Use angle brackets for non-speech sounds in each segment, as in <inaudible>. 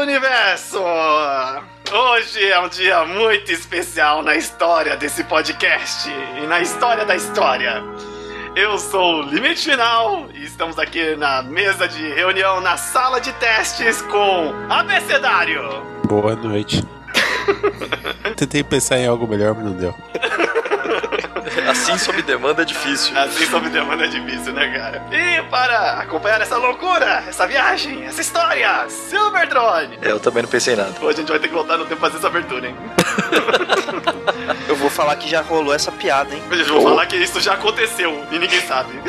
universo! Hoje é um dia muito especial na história desse podcast e na história da história. Eu sou o Limite Final e estamos aqui na mesa de reunião na sala de testes com Abecedário. Boa noite. Tentei pensar em algo melhor, mas não deu. Assim sob demanda é difícil. Assim sob demanda é difícil, né, cara? E para acompanhar essa loucura, essa viagem, essa história, Silverdrone! Eu também não pensei em nada. Pô, a gente vai ter que voltar no tempo fazer essa abertura, hein? Eu vou falar que já rolou essa piada, hein? Eu vou Oh. falar que isso já aconteceu e ninguém <laughs> sabe. <laughs>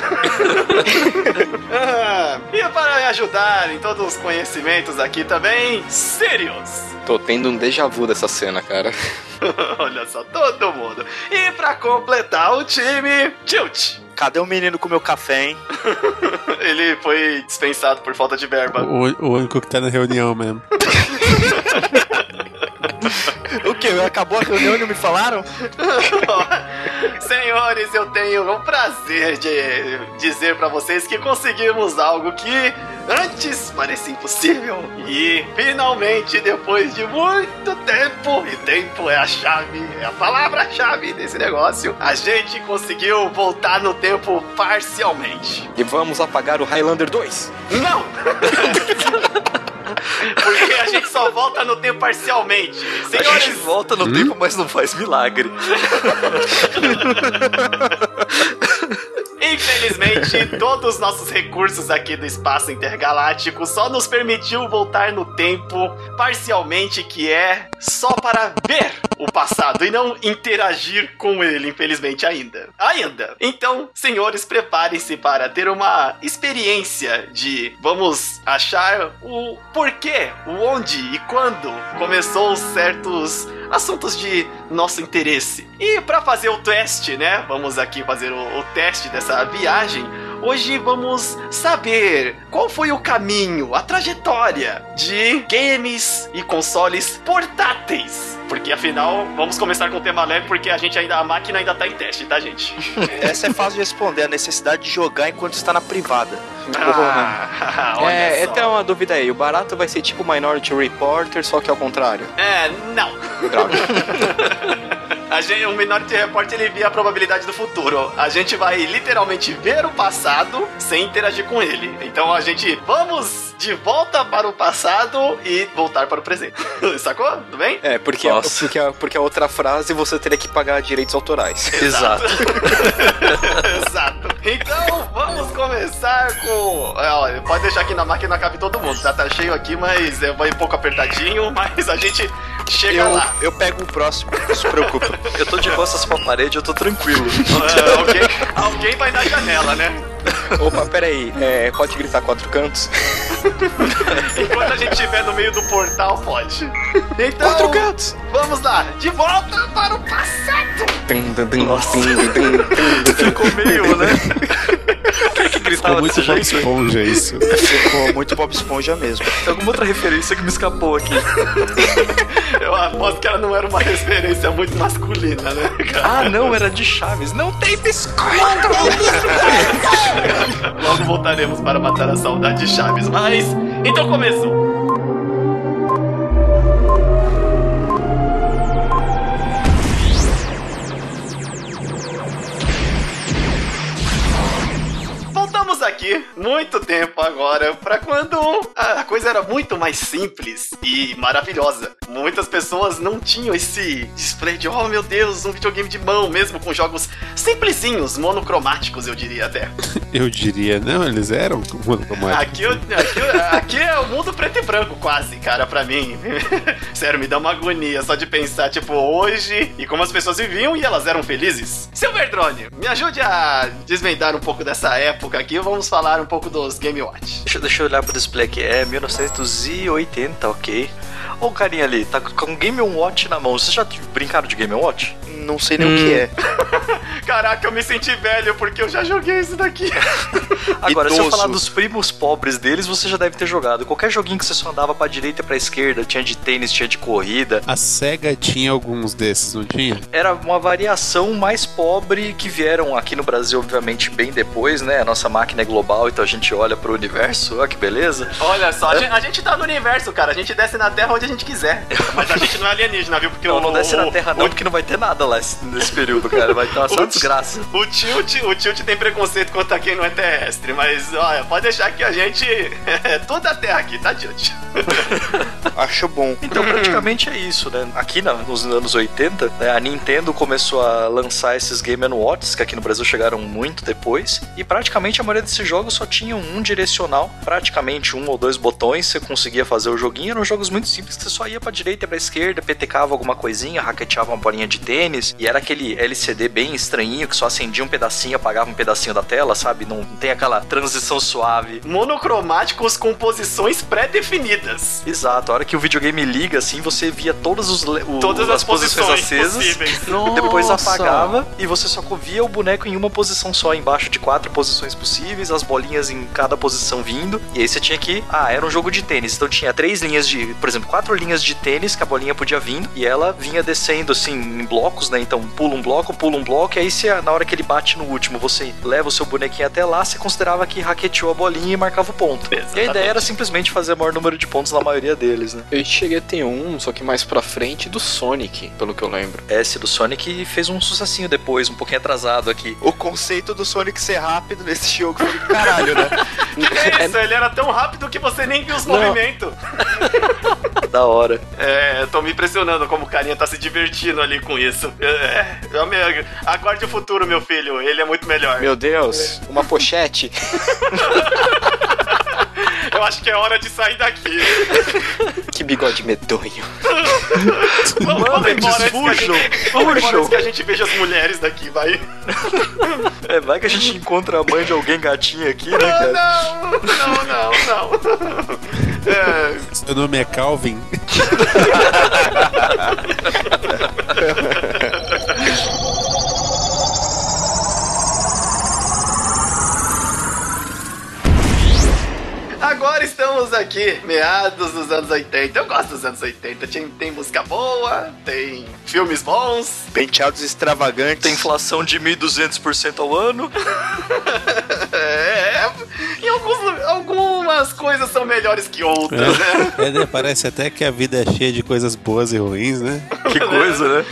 Ah, e para me ajudar em todos os conhecimentos aqui também, Sirius! Tô tendo um déjà vu dessa cena, cara. <laughs> Olha só, todo mundo. E pra completar o time, Tilt. Cadê o menino com meu café, hein? Ele foi dispensado por falta de verba. O, o único que tá na reunião mesmo. O quê? Acabou a reunião e não me falaram? Senhores, eu tenho o prazer de dizer pra vocês que conseguimos algo que antes parecia impossível. E finalmente, depois de muito tempo, e tempo é a chave, é a palavra-chave desse negócio, a gente conseguiu voltar no tempo parcialmente. E vamos apagar o Highlander 2. Não! <laughs> Porque a gente só volta no tempo parcialmente. A gente Senhores, volta no tempo, mas não faz milagre. Infelizmente, todos os nossos recursos aqui do espaço intergaláctico só nos permitiu voltar no tempo parcialmente, que é só para ver o passado e não interagir com ele, infelizmente ainda. Ainda. Então, senhores, preparem-se para ter uma experiência de vamos achar o porquê, o onde e quando começou certos assuntos de nosso interesse. E para fazer o teste, né? Vamos aqui fazer o, o teste dessa viagem. Hoje vamos saber qual foi o caminho, a trajetória de games e consoles portáteis. Porque afinal, vamos começar com o tema leve, porque a gente ainda a máquina ainda tá em teste, tá, gente? Essa é fácil de responder, a necessidade de jogar enquanto está na privada. Tipo, Ah, <laughs> olha é, só. então, tem uma dúvida aí. O barato vai ser tipo Minority Reporter, só que ao contrário. É, não. Droga. <laughs> A gente, o Minority Report ele via a probabilidade do futuro. A gente vai literalmente ver o passado sem interagir com ele. Então a gente vamos de volta para o passado e voltar para o presente. <laughs> Sacou? Tudo bem? É, porque, Nossa. porque, a- porque a outra frase você teria que pagar direitos autorais. Exato. <laughs> Exato. Então vamos começar com. é, olha, pode deixar aqui na máquina cabe todo mundo, tá? Tá cheio aqui, mas é, vai um pouco apertadinho, <laughs> mas a gente chega Eu, lá. eu pego o próximo, não se preocupa. Eu tô de costas pra parede, eu tô <laughs> tranquilo. Ah, alguém, alguém vai na janela, né? Opa, peraí. É, pode gritar quatro cantos? Enquanto a gente estiver no meio do portal, pode. Então, cantos! vamos lá. De volta para o passado. Tum, tum, tum, tum, tum, tum. Ficou meio, né? Quem é que Ficou gritava muito desse Bob jeito? esponja isso. <laughs> Ficou muito Bob Esponja mesmo. Tem alguma outra referência que me escapou aqui. Eu aposto que ela não era uma <laughs> referência muito masculina, né, cara? Ah, não, era de Chaves. Não tem biscoito! <laughs> Logo voltaremos para matar a saudade de Chaves, mas. Então começou! Voltamos aqui muito tempo agora para quando a coisa era muito mais simples e maravilhosa. Muitas pessoas não tinham esse display de, oh meu Deus, um videogame de mão, mesmo com jogos simplesinhos, monocromáticos, eu diria até. Eu diria, não, eles eram monocromáticos. Aqui, eu- aqui, eu- aqui é o mundo preto e branco, quase, cara, pra mim. <laughs> Sério, me dá uma agonia só de pensar, tipo, hoje e como as pessoas viviam e elas eram felizes. Seu Verdrone, me ajude a desvendar um pouco dessa época aqui. Vamos falar um pouco dos Game Watch. Deixa, deixa eu olhar pro display aqui. É 1980, ok. Ó o carinha ali, tá com um Game Watch na mão. Vocês já t- brincaram de Game Watch? Não sei nem o que é. Caraca, eu me senti velho porque eu já joguei isso daqui. Agora, se eu Idoso. falar dos primos pobres deles, você já deve ter jogado. Qualquer joguinho que você só andava pra direita e pra esquerda, tinha de tênis, tinha de corrida. A SEGA tinha alguns desses, não tinha? Era uma variação mais pobre que vieram aqui no Brasil, obviamente, bem depois, né? A nossa máquina é global, então a gente olha pro universo, olha que beleza. Olha só, a gente, a gente tá no universo, cara. A gente desce na Terra onde a gente quiser. Mas a gente não é alienígena, viu? Porque Não, o, não desce o- na Terra não, porque não vai ter nada lá esse- nesse período, cara. Vai estar só Putz. desgraça. O tilt, o tilt tem preconceito quanto a quem não é terrestre, mas olha, pode deixar que a gente. <laughs> toda a terra aqui, tá, tilt? é, Acho bom. Então praticamente é isso, né? Aqui na- nos anos 80, né, a Nintendo começou a lançar esses Game Watches, que aqui no Brasil chegaram muito depois, e praticamente a maioria desses jogos só tinham um direcional, praticamente um ou dois botões, você conseguia fazer o joguinho, eram jogos muito simples, que você só ia pra direita e pra esquerda, petecava alguma coisinha, raqueteava uma bolinha de tênis, e era aquele LCD bem estranhinho, que só acendia um pedacinho, apagava um pedacinho da tela, sabe? Não não tem aquela transição suave. Monocromáticos com posições pré-definidas. Exato, a hora que o videogame liga, assim, você via todos os le- o- Todas as, posições, acesas. possíveis. e Depois Nossa. apagava e você só via o boneco em uma posição só, embaixo de quatro posições possíveis, as bolinhas em cada posição vindo. E aí você tinha que. Ah, era um jogo de tênis. Então tinha três linhas de. Por exemplo, quatro linhas de tênis que a bolinha podia vir e ela vinha descendo assim em blocos, né? Então pula um bloco, pula um bloco. E aí você, na hora que ele bate no último, você leva o seu bonequinho até lá, você considerava que raqueteou a bolinha e marcava o ponto. tá E a ideia era simplesmente fazer o maior número de pontos na maioria deles, né? Eu cheguei a ter um, só que mais pra frente, do Sonic, pelo que eu lembro. S do Sonic fez um sucessinho depois, um pouquinho atrasado aqui. O conceito do Sonic ser rápido nesse jogo foi do <laughs> caralho, né? É. Que É isso, ele era tão rápido que você nem viu os Não. movimentos. <laughs> Da hora. É, tô me impressionando como o carinha tá se divertindo ali com isso. É, eu me- aguarde o futuro, meu filho. Ele é muito melhor. Meu Deus, uma pochete. Eu acho que é hora de sair daqui. Que bigode medonho. Vamos, vamos embora antes que a fujam, gente- vamos embora fujam. antes que a gente veja as mulheres daqui, vai. É, vai que a gente encontra a mãe de alguém gatinha aqui, né, Ah, cara? não, não, não, não. É, Seu nome é <laughs> Calvin? agora estamos aqui, meados dos anos 80. Eu gosto dos anos 80. Tem, tem música boa, tem filmes bons. <laughs> Penteados extravagantes. Tem inflação de 1.200% ao ano. É, e alguns- algumas coisas são melhores que outras, né? É, né? Parece até que a vida é cheia de coisas boas e ruins, né? Que coisa, né?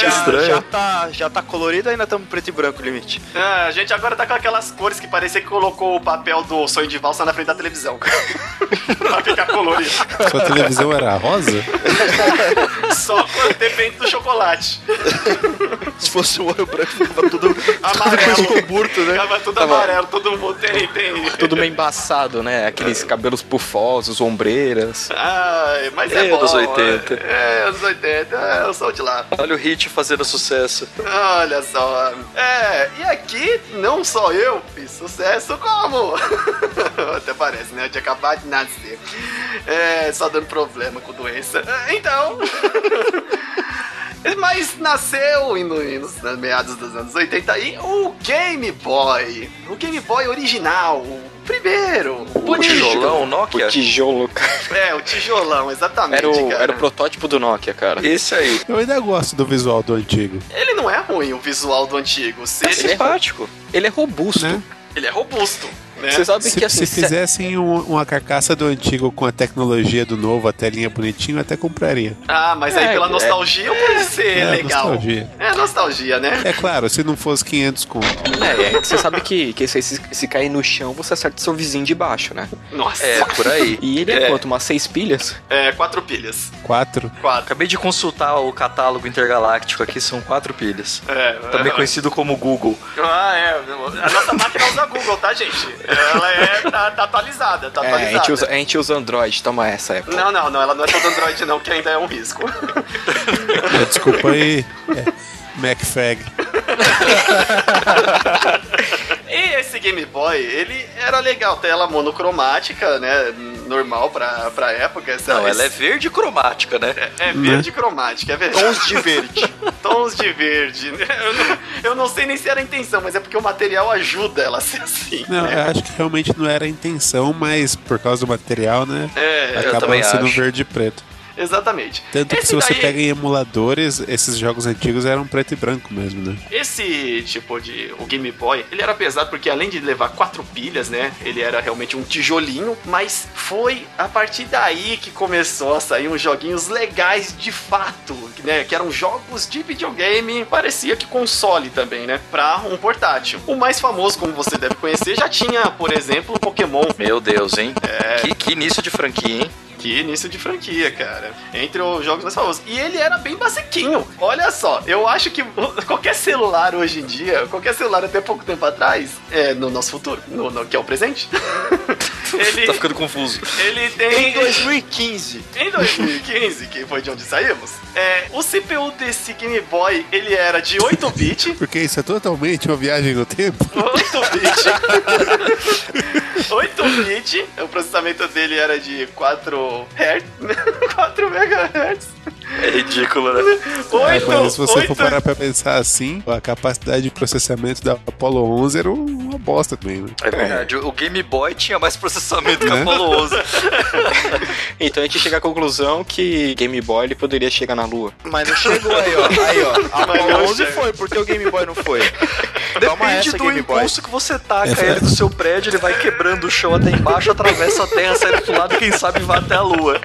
já, estranho. já tá, já tá colorido ainda estamos preto e branco limite. Ah, a gente agora tá com aquelas cores que parecia que colocou o papel do sonho de valsa na frente da televisão. <laughs> pra ficar colorido. Sua televisão era rosa? Só quando depende do chocolate. Se fosse o olho branco, ficava tudo Amarelo. burto, né? Ficava tudo Tá bom. amarelo, todo mundo tem, tem. Tudo meio embaçado, né? Aqueles cabelos pufosos, ombreiras. Ai, mas é, É, bom. anos 80. É, anos 80. É, eu sou de lá. Olha o hit fazendo sucesso. Olha só. É, e aqui não só eu fiz sucesso, como. <laughs> Até parece, né? Eu tinha acabado de nascer. É, só dando problema com doença. É, Então. <laughs> Mas nasceu em- no- nos nos meados dos anos 80 aí o Game Boy. O Game Boy original. O primeiro. O tijolão Nokia? O tijolo, cara. É, o tijolão, exatamente. Era o, cara. era o protótipo do Nokia, cara. Esse aí. Eu ainda gosto do visual do antigo. Ele não é ruim, o visual do antigo. Se É Ele, simpático. Ele Ah, é robusto. Né? ele é robusto, né? Você sabe que Se, assim. se fizessem um- uma carcaça do antigo com a tecnologia do novo, a telinha bonitinha, eu até compraria. Ah, mas aí É, pela é. nostalgia pode ser É, legal. nostalgia. É nostalgia, né? É claro, se não fosse 500 com. É, é, você sabe que, que se, se, se cair no chão, você acerta seu vizinho de baixo, né? Nossa. É, É, por aí. E ele é, quanto? Umas seis pilhas? quatro pilhas. 4. Quatro. Acabei de consultar o catálogo intergaláctico aqui, são quatro pilhas. É, Também é. conhecido como Google. Ah, é. A nossa máquina usa Google, tá, gente? Ela é, tá, tá atualizada, tá É, atualizada. a gente, usa, a gente usa Android, toma essa, Apple. Não, não, não, ela não é toda Android, não, que ainda é um risco. né, Desculpa aí. É, MacFag. E esse Game Boy, ele era legal, tela monocromática, né? normal pra, pra época. Essa, Não, ela é esse- verde cromática, né? é verde cromática, é verdade. Tons de verde. Tons de verde. né? Eu não, eu não sei nem se era a intenção, mas é porque o material ajuda ela a ser assim. Não, né? eu acho que realmente não era a intenção, mas por causa do material, né? É, Acaba também sendo acho. verde e preto. exatamente. Tanto que Esse se você daí- pega em emuladores, esses jogos antigos eram preto e branco mesmo, né? Esse tipo de. O Game Boy, ele era pesado porque além de levar quatro pilhas, né? Ele era realmente um tijolinho, mas foi a partir daí que começou a sair uns joguinhos legais de fato, né? Que eram jogos de videogame, parecia que console também, né? Pra um portátil. O mais famoso, como você deve conhecer, já tinha, por exemplo, Pokémon Meu Deus, hein? Que, que início de franquia, hein? Que início de franquia, cara. Entre os jogos mais famosos. E ele era bem basiquinho. Olha só, eu acho que qualquer celular hoje em dia, qualquer celular até pouco tempo atrás, é, no nosso futuro, no, no- que é o <laughs> presente, ele, Tá ficando confuso. ele Em tem. 2015. Em 2015, que foi de onde saímos, é, o CPU desse Game Boy ele era de 8 <laughs> bits. Porque isso é totalmente uma viagem no tempo. 8-bit. 8-bit. O processamento dele era de 4 <laughs> Hz. 4 MHz. É ridículo, né? 8, Aí, É, por exemplo, se você é for 8 parar pra pensar assim, a capacidade de processamento da Apollo 11 era uma bosta também, né? É verdade. O Game Boy tinha mais processamento Né? que a Apollo 11. Então a gente chega à conclusão que Game Boy ele poderia chegar na Lua. Mas não chegou aí, ó. <laughs> Aí, ó. A Mas Apollo não 11 chega. foi, porque o Game Boy não foi. Toma Depende essa, do Game Boy. é. impulso que você taca ele do seu prédio, ele vai quebrando o chão até embaixo, atravessa a terra, sai do outro lado, quem sabe vai até a lua.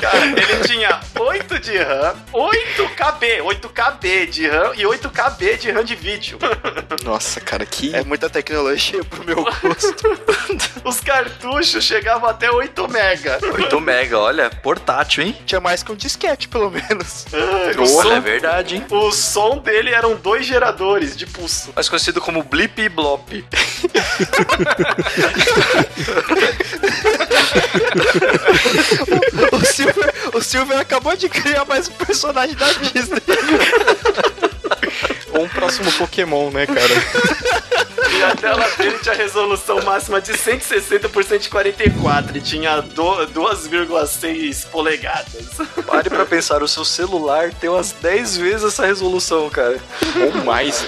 Cara, ele tinha 8 de RAM, 8KB, 8KB de RAM e 8KB de RAM de vídeo. Nossa, cara, que. É muita tecnologia pro meu <laughs> gosto. Os cartuchos chegavam até 8 mega. 8 mega, olha, portátil, hein? Tinha mais que um disquete, pelo <laughs> menos. O Olha, é som, verdade, hein? o som dele eram dois geradores de pulso. Mais conhecido como Blip e Blop. O Silver, o Silver acabou de criar mais um personagem da Disney. Ou um próximo Pokémon, né, cara? E a tela dele tinha resolução máxima de 160 por 144 e tinha do- 2,6 polegadas. Pare pra pensar, o seu celular tem umas 10 vezes essa resolução, cara. Ou mais.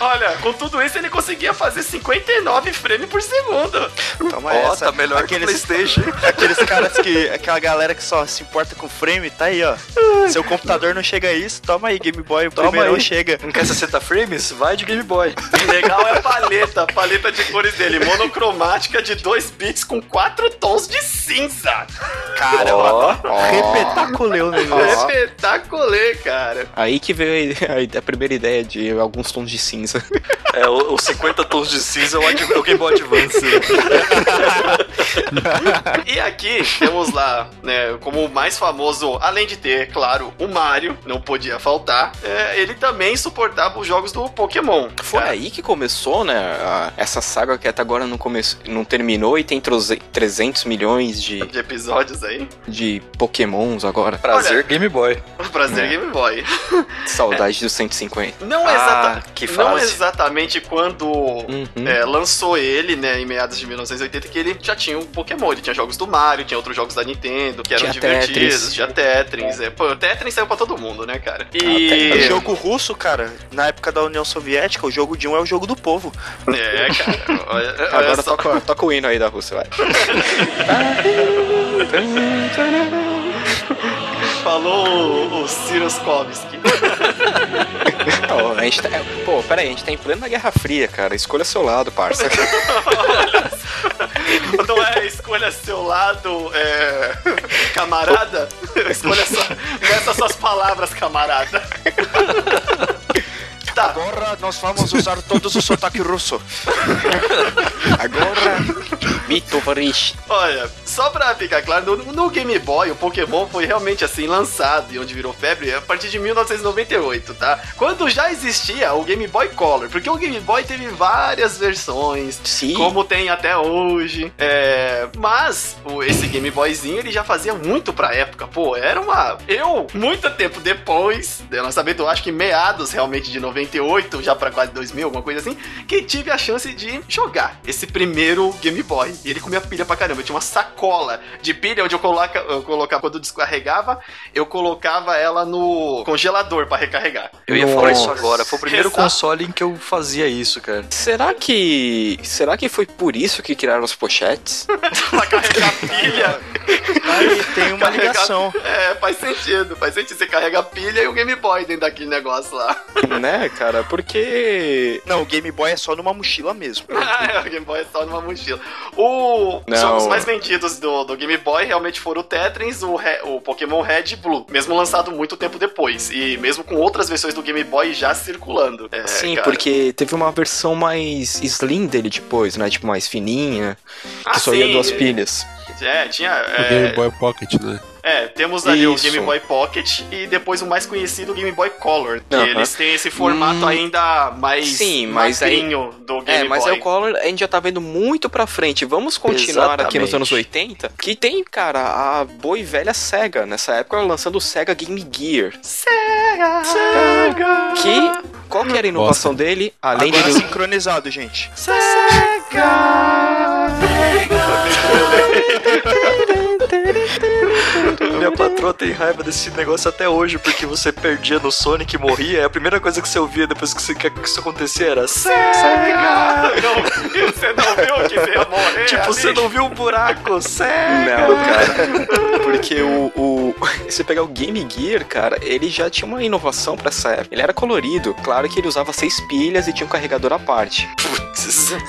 Olha, com tudo isso ele conseguia fazer 59 frames por segundo. Toma Ó, essa. tá melhor que o aqueles, Playstation. aqueles caras que. Aquela galera que só se importa com frame, tá aí, ó. Seu computador não chega a isso, toma aí, Game Boy. O Toma primeiro aí. chega. Não quer 60 frames? Vai de Game Boy. O legal é a paleta, a paleta de cores dele, monocromática de 2 bits com 4 tons de cinza. Cara, Ó, repetaculeu o negócio. Espetaculê, cara. Aí que veio a, a primeira ideia de alguns tons de <laughs> cinza. é, o, o 50 tons de cinza é o, Ad- o Game Boy Advance. E aqui temos lá, né, como o mais famoso, além de ter, claro, o Mario, não podia faltar, é, ele também suportava os jogos do Pokémon. Foi Tá. Cara, aí que começou, né? a- essa saga que até agora não, começou, não terminou e tem troze- 300 milhões de, de episódios aí. de Pokémons agora. <laughs> Prazer, Game Boy. Prazer, É. Game Boy. Saudade dos 150. Não, Ah, exata que não é- frase. exatamente quando Uhum. É, lançou ele, né, em meados de 1980, que ele já tinha um Pokémon, ele tinha jogos do Mario, tinha outros jogos da Nintendo, que eram Tinha divertidos, Tetris. Ah, tinha Tetris, é, pô, Tetris saiu pra todo mundo, né, cara? O E... jogo russo, cara, na época da União Soviética, o jogo de um é o jogo do povo. é, cara, olha, olha Agora só. <laughs> toca, toca o hino aí da Rússia, vai. Falou o, o Siroskovski. Ó, a gente tá- é, pô, peraí, a gente tá em plena Guerra Fria, cara. Escolha seu lado, parça. Não é escolha seu lado, é, <laughs> camarada? Escolha sua, nessas suas palavras, camarada. Tá, <laughs> Agora nós vamos usar todos os sotaque russo. <laughs> Agora, Vitorich. Olha, só pra ficar claro, no, no Game Boy o Pokémon foi realmente assim lançado e onde virou febre é a partir de 1998, tá? Quando já existia o Game Boy Color, porque o Game Boy teve várias versões, Sim. como tem até hoje. É, mas o- esse Game Boyzinho ele já fazia muito pra época. Pô, era uma. Eu, muito tempo depois do lançamento, eu acho que meados realmente de 90 98, já pra quase 2000, alguma coisa assim, que tive a chance de jogar esse primeiro Game Boy. E ele comia pilha pra caramba. Eu tinha uma sacola de pilha onde eu, coloca, eu colocava, quando eu descarregava, eu colocava ela no congelador pra recarregar. Eu ia falar isso agora. Foi o primeiro Exato. console em que eu fazia isso, cara. Será que. Será que foi por isso que criaram as pochetes? pra carregar a pilha. Aí tem uma Carregar- ligação. É, faz sentido. Faz sentido. Você carrega a pilha e o Game Boy dentro daquele negócio lá. <laughs> <laughs> né, cara? Porque. Não, o Game Boy é só numa mochila mesmo. Ah, é, o Game Boy é só numa mochila. O... Não. Só os mais vendidos do, do Game Boy realmente foram o Tetris, o, Re- o Pokémon Red e Blue. Mesmo lançado muito tempo depois. E mesmo com outras versões do Game Boy já circulando. É, Sim, cara. porque teve uma versão mais slim dele depois, né? Tipo, mais fininha, que Ah, só ia sim, duas pilhas. É, tinha. O Game É, Boy Pocket, né? é, temos ali o Isso. Game Boy Pocket e depois o mais conhecido o Game Boy Color. Que Aham. eles têm esse formato Hum. ainda mais Sim, mas aí- magrinho do Game É, mas Boy. aí o Collor a gente já tá vendo muito pra frente. Vamos continuar aqui nos Exatamente. anos 80, que tem, cara, a boa e velha SEGA. Nessa época lançando o SEGA Game Gear. Sega! Sega! Que. Qual que era a inovação dele? Além Agora de. sincronizado, gente. Minha patroa tem raiva desse negócio até hoje, porque você perdia no Sonic e morria. E a primeira coisa que você ouvia depois que isso, que isso acontecia <laughs> era. Sega! Não, você não viu que você ia morrer Tipo, ali? você não viu o buraco, sério? Não, cara. <laughs> Porque o, o. <laughs> Se você pegar o Game Gear, cara, ele já tinha uma inovação pra essa época. Ele era colorido. Claro que ele usava seis pilhas e tinha um carregador à parte.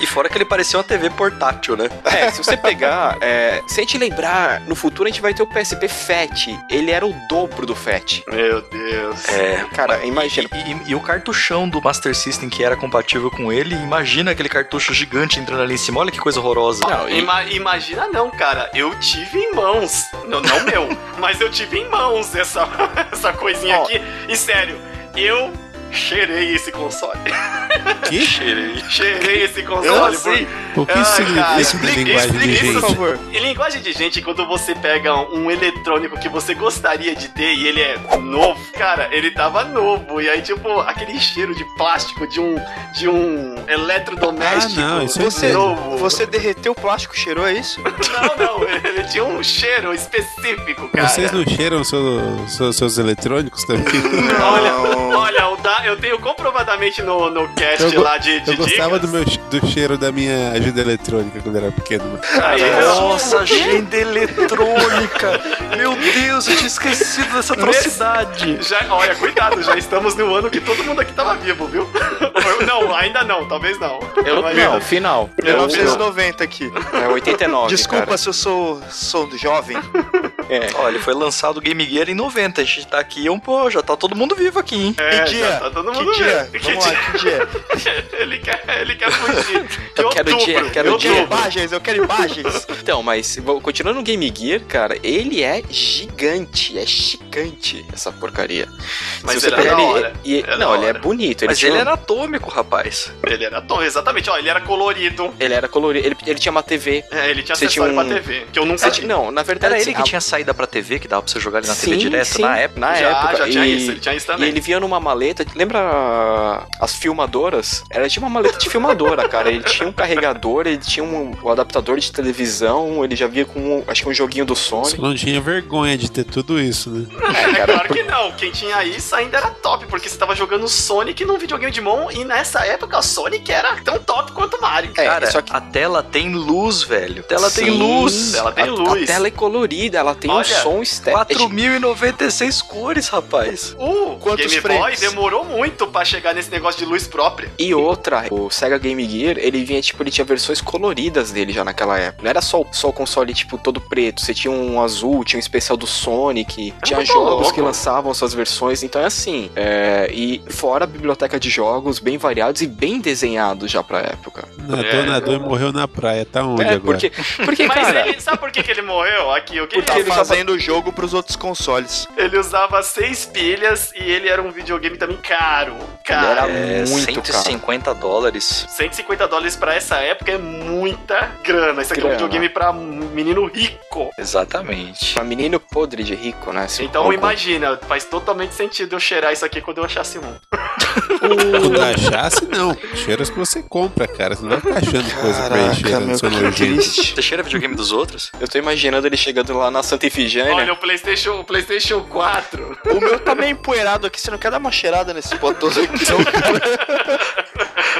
E fora que ele parecia uma TV portátil, né? É, se você pegar. é, se a gente lembrar, no futuro a gente vai ter o PSP Fat. Ele era o dobro do Fat. Meu Deus. É. Cara, imagina. E, e- e o cartuchão do Master System que era compatível com ele, imagina aquele cartucho gigante entrando ali em cima, olha que coisa horrorosa. Não, e- Ima- imagina não, cara. Eu tive em mãos. Não, não meu, <laughs> mas eu tive em mãos essa, <laughs> essa coisinha Ó. aqui. E sério, eu cheirei esse console. Que? Cheirei. <laughs> Cheirei esse Eu console. por- assim, O que Ah, cara, significa na explica- linguagem de explica isso, por gente? favor. Em linguagem de gente, quando você pega um eletrônico que você gostaria de ter e ele é novo, cara, ele tava novo. E aí, tipo, aquele cheiro de plástico de um, de um eletrodoméstico Ah, não, isso é você, Você, novo. você derreteu o plástico, cheirou, é isso? Não, não, ele tinha um cheiro específico, cara. Vocês não cheiram seu- seu- seus eletrônicos <laughs> também? Olha, olha o da, eu tenho comprovadamente no, no cast Eu go- lá de, de Eu gostava do, dicas. meu, do cheiro da minha ajuda eletrônica quando era pequeno. Aí, Nossa, agenda eletrônica! Meu Deus, eu tinha esquecido dessa atrocidade! Já, olha, cuidado, já estamos no ano que todo mundo aqui tava vivo, viu? Ou- Não, ainda não, talvez não. Eu, Mas- não, final. Eu, 1990 aqui. é 89. Desculpa cara. se eu sou, sou jovem. É. Olha, foi lançado o Game Gear em 90, a gente tá aqui, um, pô, já tá todo mundo vivo aqui, hein? É, que dia? já Tá todo mundo Que dia? vendo. Vamos lá, que dia? <laughs> Ele quer, ele quer fugir. De Eu quero outubro, dia, quero de Eu quero outubro. imagens, eu quero imagens. Então, mas vou- continuando no Game Gear, cara, ele é gigante, é gigante essa porcaria. Mas você era pegar da ele- hora, e- era não, da ele é hora. bonito. Ele Mas tinha, ele era atômico, rapaz. Ele era tom, exatamente, ó, ele era colorido. ele era colorido, ele, ele tinha uma TV. É, ele tinha Você tinha acessório um- pra TV, que eu nunca Você tive. tinha- não, na verdade... Era ele assim, que a- tinha saída pra TV, que dava pra você jogar ele na Sim, TV direto sim, na época. Na já, época. já tinha e... isso, ele tinha isso E também. ele vinha numa maleta, lembra as filmadoras? Era tinha uma maleta de filmadora, cara. Ele tinha um carregador, ele tinha um, um adaptador de televisão, ele já via com, um- acho que um joguinho do Você Sonic. não tinha vergonha de ter tudo isso, né? É, claro que não. Quem tinha isso ainda era top, porque você tava jogando Sonic num videogame de mão e nessa época o Sonic era tão top quanto o Mario. É, Cara, só que a tela tem luz, velho. A tela tem Sim. luz. Ela tem a, luz. A tela é colorida, ela tem Olha, um som é estético. 4096 cores, rapaz. O Quantos Uh, Game Boy frames? demorou muito pra chegar nesse negócio de luz própria. E outra, o Sega Game Gear, ele vinha, tipo, ele tinha versões coloridas dele já naquela época. Não era só, o- só o console, tipo, todo preto. Você tinha um azul, tinha um especial do Sonic, tinha tô jogos louco. que lançavam suas versões. Então é assim, é, e fora a biblioteca de jogos bem variados e bem desenhados já pra época. Nadou, É. nadou e morreu na praia. Tá onde é, agora? porque, <laughs> porque Mas é. cara... ele, sabe por que, que ele morreu? Aqui, o que Porque Tá ele, ele- já- fazendo o jogo pros outros consoles. ele usava seis pilhas e ele era um videogame também caro. Cara. Ele É, Muito, 150 dólares. 150 dólares pra essa época é muita grana. Isso aqui é um Grana. videogame pra menino rico. Exatamente. Pra menino podre de rico, né? assim, Então com- imagina, faz totalmente sentido eu cheirar isso aqui quando eu achasse um. O da Jace, não. Cheiros que você compra, cara. Você não vai ficar achando coisa pra encher no seu nojento. Você cheira videogame dos outros? Eu tô imaginando ele chegando lá na Santa Efigênia. Olha, o PlayStation, o PlayStation 4. O meu tá meio empoeirado aqui, você não quer dar uma cheirada nesse botoso aqui? <laughs> não?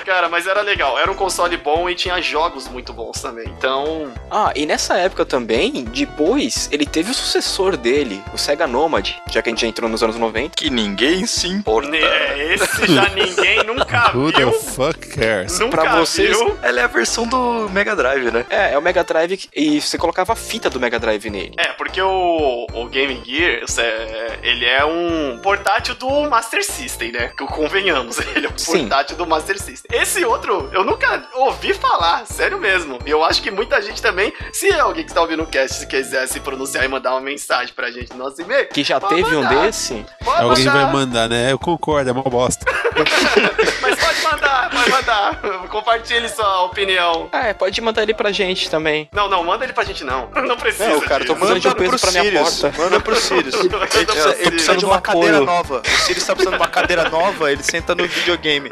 Cara, mas era legal. Era um console bom e tinha jogos muito bons também. Então, Ah, e nessa época também, depois, ele teve o sucessor dele, o Sega Nomad, já que a gente já entrou nos anos 90. Que ninguém se importa. ne- Né, é, esse <laughs> já ninguém nunca Who the viu. fuck cares? Nunca pra vocês- viu. Ela é a versão do Mega Drive, né? É, é o Mega Drive que- e você colocava a fita do Mega Drive nele. É, porque o, o Game Gear, isso é- ele é um portátil do Master System, né? Que convenhamos, <laughs> ele é um Sim. portátil do Master System. Esse outro, eu nunca ouvi falar, sério mesmo. E eu acho que muita gente também, se alguém que está ouvindo o cast se quiser se pronunciar e mandar uma mensagem pra gente no nosso e-mail, Que já Pode teve um mandar. desse. pode Alguém mandar, vai mandar, né? Eu concordo, é uma bosta. <laughs> mas pode mandar, pode mandar. Compartilhe sua opinião. Ah, é, pode mandar ele pra gente também. Não, não, manda ele pra gente não. Não precisa. É, o cara, tô disso. fazendo de um peso pra minha Sirius. porta. Manda pro Sirius. Ele precisa, ele precisa um de do uma um apoio. cadeira nova. O Sirius tá precisando de uma cadeira nova, ele senta no videogame.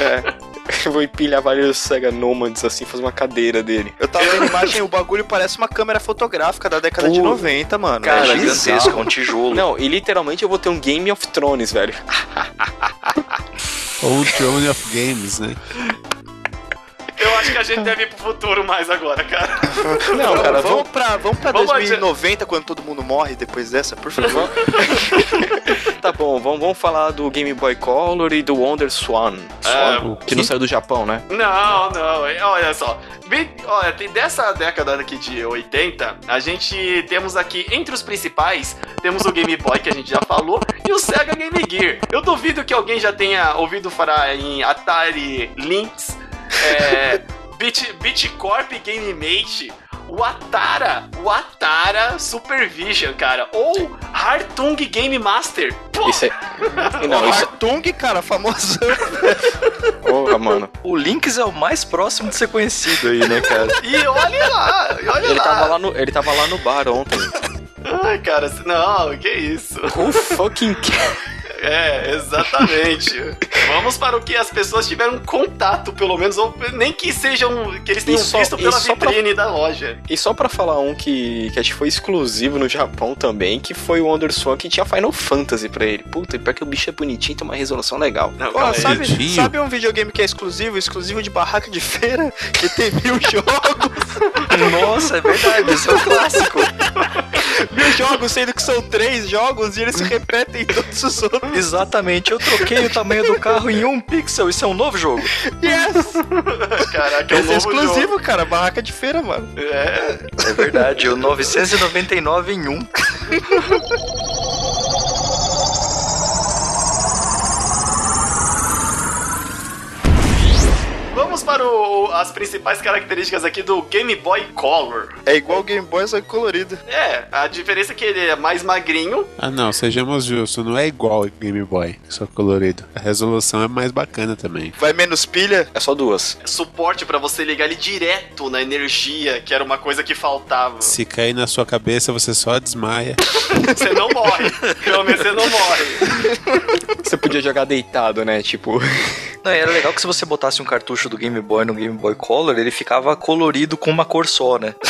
É. <laughs> Eu vou empilhar vários Sega Nomads assim, fazer uma cadeira dele. Eu tava vendo a imagem, o bagulho parece uma câmera fotográfica da década de Pô. 90, mano. Cara, É é bizarro. gigantesco, é um tijolo. Não, e literalmente eu vou ter um Game of Thrones, velho. Ou um Throne of Games, né? Eu acho que a gente deve ir pro futuro mais agora, cara. Não, cara, vamos. vamos pra, vamos pra Vamos 2090, quando todo mundo morre depois dessa, por favor. <laughs> Tá bom, vamos, vamos falar do Game Boy Color e do Wonder Swan. Ah, Swan, que não saiu do Japão, né? Não, não, olha só. Bem- Olha, tem- dessa década aqui de 80, a gente temos aqui, entre os principais, temos o Game Boy, que a gente já falou, e o Sega Game Gear. Eu duvido que alguém já tenha ouvido falar em Atari Lynx, é, Bit, Bitcorp GameMate, o Atara, o Atara Supervision, cara, ou Hartung Game Master. Pô, Isso aí. é- Não, isso. é- Tung, cara, famoso. <laughs> Porra, mano. O Lynx é o mais próximo de ser conhecido aí, né, cara? E olha lá, e olha Ele lá. tava lá no, ele tava lá no bar ontem. Ai, cara, não, que isso. Who fucking cares? É, exatamente. Vamos para o que as pessoas tiveram contato, pelo menos, ou nem que sejam que eles tenham E só- visto e pela só pra- vitrine da loja. <laughs> E só pra falar um que, que acho que foi exclusivo no Japão também, que foi o Wonder Swan que tinha Final Fantasy pra ele. Puta, e pior que o bicho é bonitinho, tem uma resolução legal. Não, Ó, calma aí. sabe, Dedinho. sabe um videogame que é exclusivo? Exclusivo de barraca de feira? Que tem mil um <laughs> jogos. Nossa, é verdade, esse é um clássico. <laughs> Mil jogos, sendo que são três jogos e eles se repetem em todos os outros. Exatamente, eu troquei o tamanho do carro em um pixel, isso é um novo jogo. Yes! Caraca, é um Esse é novo exclusivo, jogo. cara. Barraca de feira, mano. É, É verdade, o 999 em um. Vamos para o- as principais características aqui do Game Boy Color. É igual o Game Boy, só que colorido. É, a diferença é que ele é mais magrinho. Ah, não, sejamos justos, não é igual ao Game Boy, só colorido. A resolução é mais bacana também. Vai menos pilha. É só duas. Suporte pra você ligar ele direto na energia, que era uma coisa que faltava. Se cair na sua cabeça, você só desmaia. Você não <laughs> morre. Pelo menos você não morre. Você podia jogar deitado, né? Tipo. Não, e era legal que se você botasse um cartucho do Game Boy no Game Boy Color, ele ficava colorido com uma cor só, né? <laughs>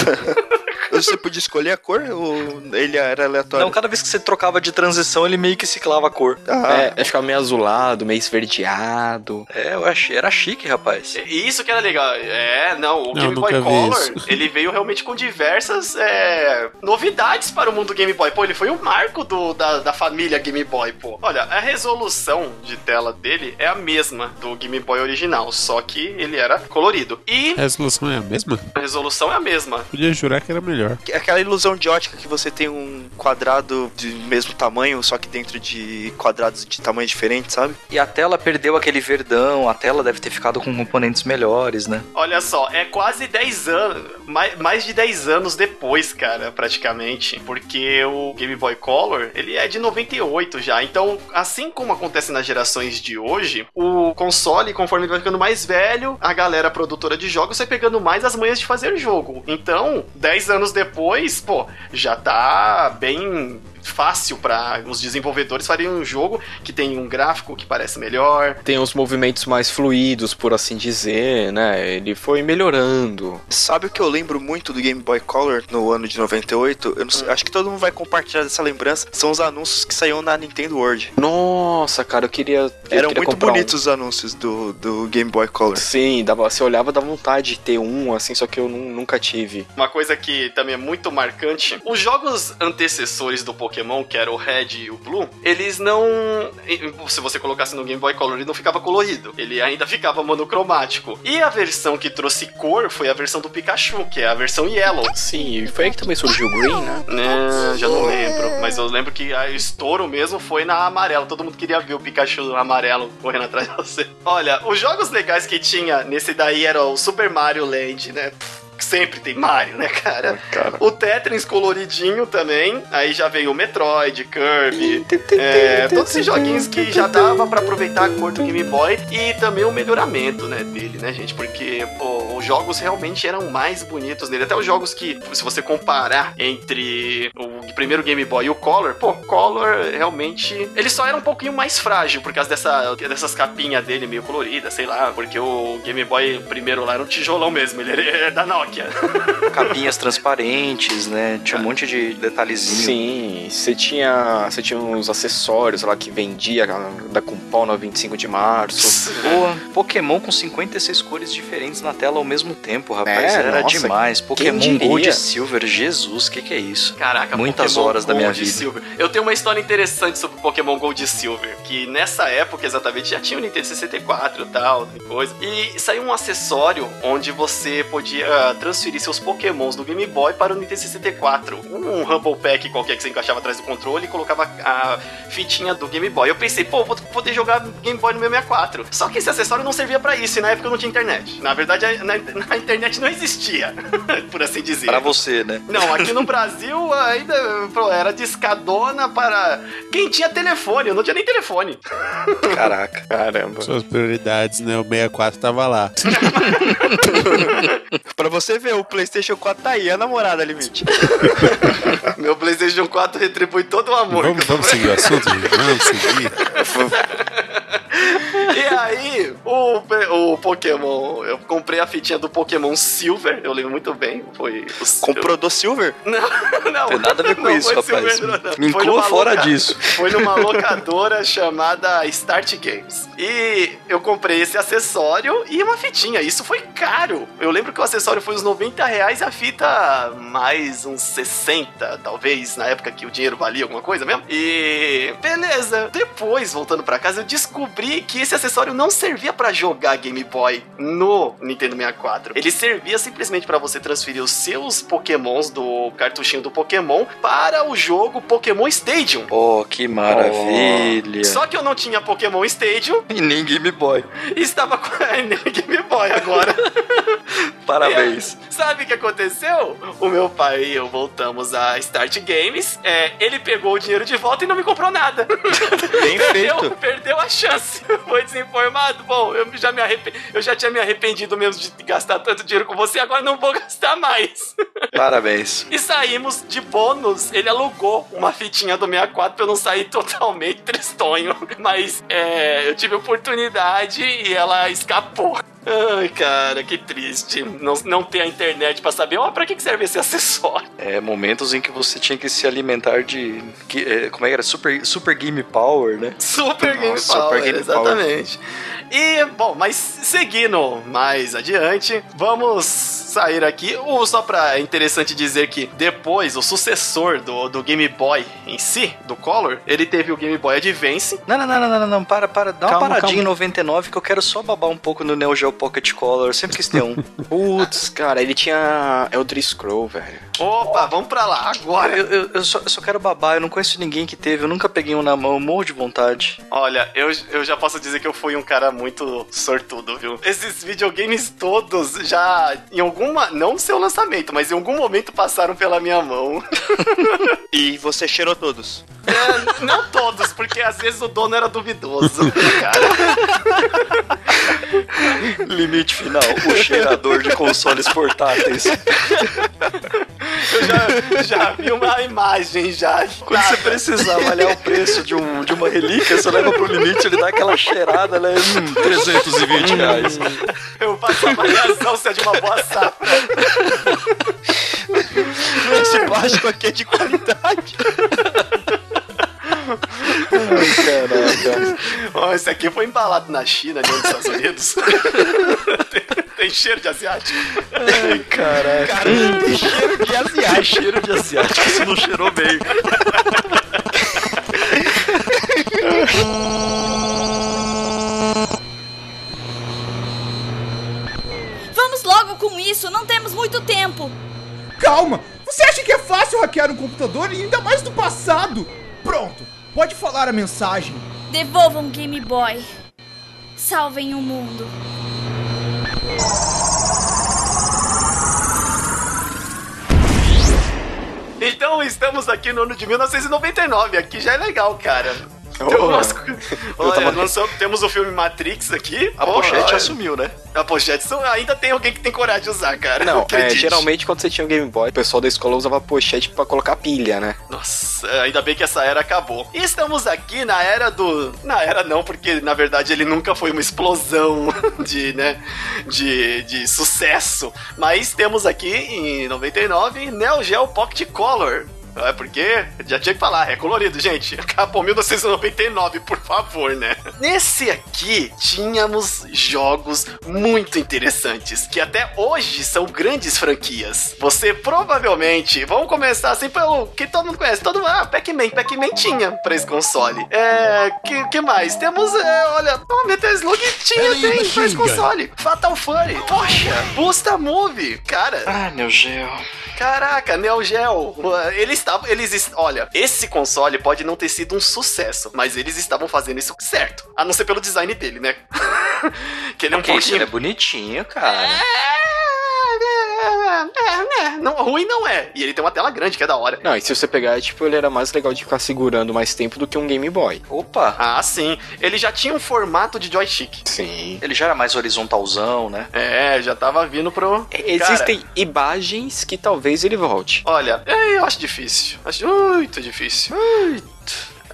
Você podia escolher a cor ou ele era aleatório? Então, cada vez que você trocava de transição, ele meio que ciclava a cor. Ah, É, acho que ficava meio azulado, meio esverdeado. É, eu achei, era chique, rapaz. E Isso que era legal. É, não, o Não, Game Boy nunca vi Color, isso. <laughs> ele veio realmente com diversas é, novidades para o mundo Game Boy. Pô, ele foi o marco do- da, da família Game Boy, pô. Olha, a resolução de tela dele é a mesma do Game Boy original, só que ele era colorido. E A resolução é a mesma? a resolução é a mesma. Podia jurar que era melhor. É Aquela ilusão de ótica que você tem um quadrado de mesmo tamanho, só que dentro de quadrados de tamanho diferente, sabe? E a tela perdeu aquele verdão, a tela deve ter ficado com componentes melhores, né? Olha só, é quase 10 anos, mais, mais de 10 anos depois, cara, praticamente, porque o Game Boy Color, ele é de 98 já. Então, assim como acontece nas gerações de hoje, o console, conforme ele vai ficando mais velho, a galera produtora de jogos vai pegando mais as manhas de fazer jogo. Então, 10 anos depois, pô, já tá bem fácil para os desenvolvedores fariam um jogo que tem um gráfico que parece melhor. Tem os movimentos mais fluidos, por assim dizer, né? Ele foi melhorando. Sabe o que eu lembro muito do Game Boy Color no ano de 98? Eu não sei, acho que todo mundo vai compartilhar dessa lembrança. São os anúncios que saíam na Nintendo World. Nossa, cara, eu queria. Eu Eram queria muito comprar um. bonitos os anúncios do, do Game Boy Color. Sim, dava, você olhava da vontade de ter um, assim, só que eu nu- nunca tive. Uma coisa que também é muito marcante, os jogos antecessores do Pokémon, que era o Red e o Blue, eles não, se você colocasse no Game Boy Color, ele não ficava colorido, ele ainda ficava monocromático. E a versão que trouxe cor foi a versão do Pikachu, que é a versão Yellow. Sim, e foi aí que também surgiu o Green, né? Né, já não lembro, mas eu lembro que a- o estouro mesmo foi na amarela. Todo mundo queria ver o Pikachu amarelo correndo atrás de você. Olha, os jogos legais que tinha nesse daí era o Super Mario Land, né? Pff, Sempre tem Mario, né, cara? O Tetris coloridinho também. Aí já veio o Metroid, Kirby. É, todos esses joguinhos que já dava pra aproveitar a cor do Game Boy e também o melhoramento, né, dele, né, gente? Porque, pô, os jogos realmente eram mais bonitos nele. Até os jogos que, se você comparar entre o primeiro Game Boy e o Color, pô, Color realmente. Ele só era um pouquinho mais frágil por causa dessa, dessas capinhas dele meio coloridas, sei lá. Porque o Game Boy primeiro lá era um tijolão mesmo. Ele era da Nokia. Capinhas transparentes, né? Tinha Ah. um monte de detalhezinho. Sim, você tinha, você tinha uns acessórios lá que vendia ah, da Compal na 25 de março. Boa. Pokémon com 56 cores diferentes na tela ao mesmo tempo, rapaz. É, Era nossa, demais. Pokémon diria? Gold e Silver, Jesus, o que, que é isso? Caraca, Muitas horas da minha Gold e vida. Silver. Eu tenho uma história interessante sobre o Pokémon Gold e Silver, que nessa época exatamente já tinha o Nintendo 64 e tal, e coisa. E saiu um acessório onde você podia ah, transferir seus Pokémons do Game Boy para o Nintendo 64. Um Rumble Pack qualquer que você encaixava atrás do controle e colocava a fitinha do Game Boy. Eu pensei, pô, vou poder jogar Game Boy no meu 64. Só que esse acessório não servia pra isso e na época não tinha internet. Na verdade, a- na, na internet não existia, <laughs> por assim dizer. Pra você, né? Não, aqui no Brasil ainda pô, era discadona para. Quem tinha telefone? Eu não tinha nem telefone. Caraca. Caramba. Suas prioridades, né? O 64 tava lá. Pra você ver, o PlayStation 4 tá aí, a namorada limite. <laughs> Meu PlayStation 4 retribui todo o amor. Vamos, vamos seguir o assunto, gente? Vamos seguir. E aí, o, pe- o Pokémon. Eu comprei a fitinha do Pokémon Silver, eu lembro muito bem. Foi. <laughs> o- Comprou do Silver? Não, não. Tem nada a ver com não isso, foi rapaz. Silver, não, não. Me Foi inclua numa fora loca- disso. Foi numa locadora chamada Start Games. E eu comprei esse acessório e uma fitinha. Isso foi caro. Eu lembro que o acessório foi uns 90 reais e a fita mais uns 60, talvez, na época que o dinheiro valia alguma coisa mesmo. E beleza. Depois, voltando pra casa, eu descobri que esse acessório não servia pra jogar Game Boy no Nintendo 64. Ele servia simplesmente pra você transferir os seus Pokémons do cartuchinho do Pokémon para o jogo Pokémon Stadium. Oh, que maravilha. Só que eu não tinha Pokémon Stadium E nem Game Boy. e estava com a Game Boy agora. Parabéns. <laughs> Sabe o que aconteceu? O meu pai e eu voltamos a Start Games. é, ele pegou o dinheiro de volta e não me comprou nada. Bem Perdeu, perdeu a chance. <laughs> Foi desinformado. Bom, eu já, me arrepe- eu já tinha me arrependido mesmo de gastar tanto dinheiro com você, agora não vou gastar mais. Parabéns. E saímos de bônus. Ele alugou uma fitinha do 64 pra eu não sair totalmente <laughs> tristonho. Mas é, eu tive oportunidade e ela escapou. Ai, cara, que triste. Não, não ter a internet pra saber, ó, pra que que serve esse acessório? É, momentos em que você tinha que se alimentar de. que- é, como é que era? Super, super Game Power, né? Super Game Nossa, Power, Super Game Power. exatamente. E, bom, mas seguindo mais adiante, vamos sair aqui. Ou só pra, é interessante dizer que depois, o sucessor do, do Game Boy em si, do Color, ele teve o Game Boy Advance, Não, não, não, não, não, não, para, para. Dá uma Calma, paradinha calma. em 99 que eu quero só babar um pouco no Neo Geo Pocket Color. Sempre quis <laughs> ter um. Putz, cara, ele tinha Elder Scroll, velho. Opa, vamos pra lá agora. Eu, eu- eu só, eu só quero babar, eu não conheço ninguém que teve, eu nunca peguei um na mão, um monte de vontade. Olha, eu, eu já posso dizer que eu fui um cara muito sortudo, viu? Esses videogames todos já, em alguma. Não no seu lançamento, mas em algum momento passaram pela minha mão. E você cheirou todos. É, não todos, porque às vezes o dono era duvidoso. Cara, Limite final, o cheirador de consoles portáteis. Eu já, já vi uma imagem já. Quando você precisar avaliar o preço de, um, de uma relíquia, você leva pro limite, ele dá aquela cheirada, né? Hum, <laughs> 320 reais. Eu faço a avaliação se é de uma boa safra. Esse plástico aqui é de qualidade. Caraca. Ó, esse aqui foi embalado na China, ali nos Estados Unidos. tem, tem cheiro de asiático. Ai, caraca. Cara, tem cheiro de asiático. cheiro de asiático, isso não cheirou bem. Vamos logo com isso, não temos muito tempo. Calma! Você acha que é fácil hackear um computador e ainda mais do passado? Pronto, pode falar a mensagem. Devolvam o Game Boy. Salvem o mundo. Então estamos aqui no ano de 1999. Aqui já é legal, cara. Então, nós- olha, lançamos- temos o filme Matrix aqui. A Pô, pochete é olha, assumiu, né? A pochete são- ainda tem alguém que tem coragem de usar, cara. Não, é, acredite. geralmente quando você tinha um Game Boy, o pessoal da escola usava pochete pra colocar pilha, né? Nossa, ainda bem que essa era acabou. E estamos aqui na era do. Na era não, porque na verdade ele nunca foi uma explosão <laughs> de, né? De, de sucesso. Mas temos aqui em 99 Neo Geo Pocket Color. É porque, já tinha que falar, é colorido, gente. <laughs> Acabou 1999, por favor, né? Nesse aqui, tínhamos jogos muito interessantes, que até hoje são grandes franquias. Você provavelmente, vamos começar assim pelo que todo mundo conhece, todo mundo, ah, Pac-Man, Pac-Man tinha pra esse console. É, que, que mais? Temos, é, olha, o Metal Slug tinha, tem pra esse console. Fatal Fury, poxa, Busta Movie, cara. Ah, meu gel. Caraca, Neo Geo. Eles estavam. Eles. est- Olha, esse console pode não ter sido um sucesso, mas eles estavam fazendo isso certo. A não ser pelo design dele, né? <laughs> que ele é um Que isso, ele é pouquinho. bonitinho, cara. É, é, é, não, ruim não é. E ele tem uma tela grande, que é da hora. Não, e se você pegar, tipo, ele era mais legal de ficar segurando mais tempo do que um Game Boy. Opa, Ah, sim. Ele já tinha um formato de joystick. Sim. ele já era mais horizontalzão, né? É, já tava vindo pro. Cara, Existem imagens que talvez ele volte. Olha, é, eu acho difícil. Acho muito difícil.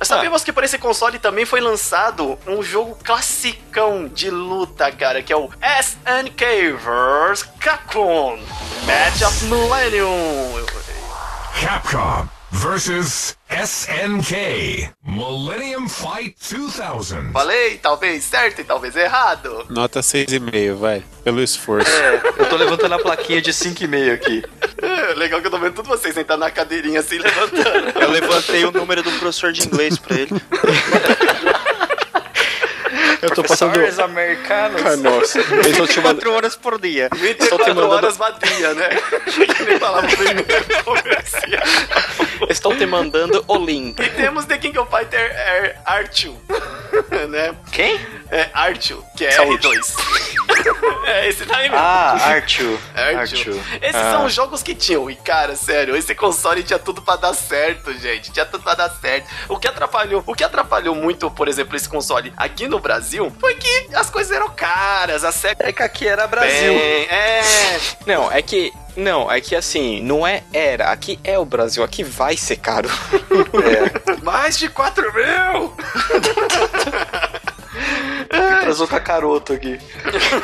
Sabemos que para esse console também foi lançado um jogo classicão de luta, cara, que é o SNK vs Capcom Match of Millennium. Capcom versus SNK Millennium Fight 2000. Falei, talvez certo e talvez errado. Nota 6,5, vai. Pelo esforço. Eu tô levantando a plaquinha de 5,5 aqui. É, Legal que eu tô vendo tudo vocês sentar na cadeirinha assim levantando. Eu levantei o número do professor de inglês pra ele. Eu tô passando. Professores americanos. Ah, nossa. Eu só te mando... Quatro horas por dia. 24 horas vadia, né? <laughs> que nem falava primeiro comercial. Estão te mandando o link. E temos The King of Fighter é, Artu, <laughs> né? Quem? É Artu, que é R2. <laughs> é esse daí mesmo. É Ah, Artio. Artu. Esses são os jogos que tinham. E, cara, sério, esse console tinha tudo pra dar certo, gente. Tinha tudo pra dar certo. O que atrapalhou, o que atrapalhou muito, por exemplo, esse console aqui no Brasil foi que as coisas eram caras, a SEGA. É que aqui era Brasil. Bem, é, Não, é que. Não, é que assim, não é era. Aqui é o Brasil, aqui vai ser caro. mais de 4 mil! Trazou com a caroto aqui.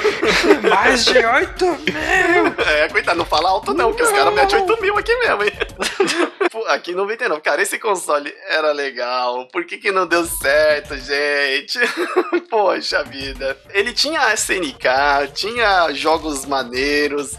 <laughs> Mais de 8? É, coitado, não fala alto não, que os caras metem 8 mil aqui mesmo, hein? <laughs> Pô, aqui em 99. Cara, esse console era legal. Por que que não deu certo, gente? <laughs> Poxa vida. Ele tinha SNK, tinha jogos maneiros.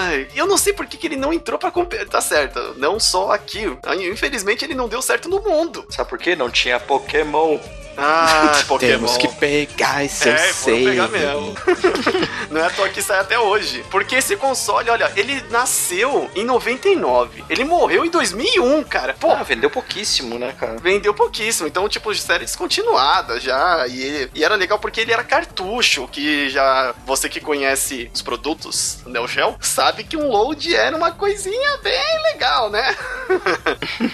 Ai, eu não sei por que que ele não entrou pra competir. Tá certo, não só aqui. Infelizmente, ele não deu certo no mundo. Sabe por quê? Não tinha Pokémon. Ah, <laughs> Temos que pegar esse é, save. vamos pegar mesmo. <laughs> Não é à toa que sai até hoje. Porque esse console, olha, ele nasceu em 99. Ele morreu em 2001, cara. Pô, Ah, vendeu pouquíssimo, né, cara? vendeu pouquíssimo. Então, tipo, série descontinuada já. E, ele- e era legal porque ele era cartucho, que já... Você que conhece os produtos Neo Geo, sabe que um load era uma coisinha bem legal, <laughs> né?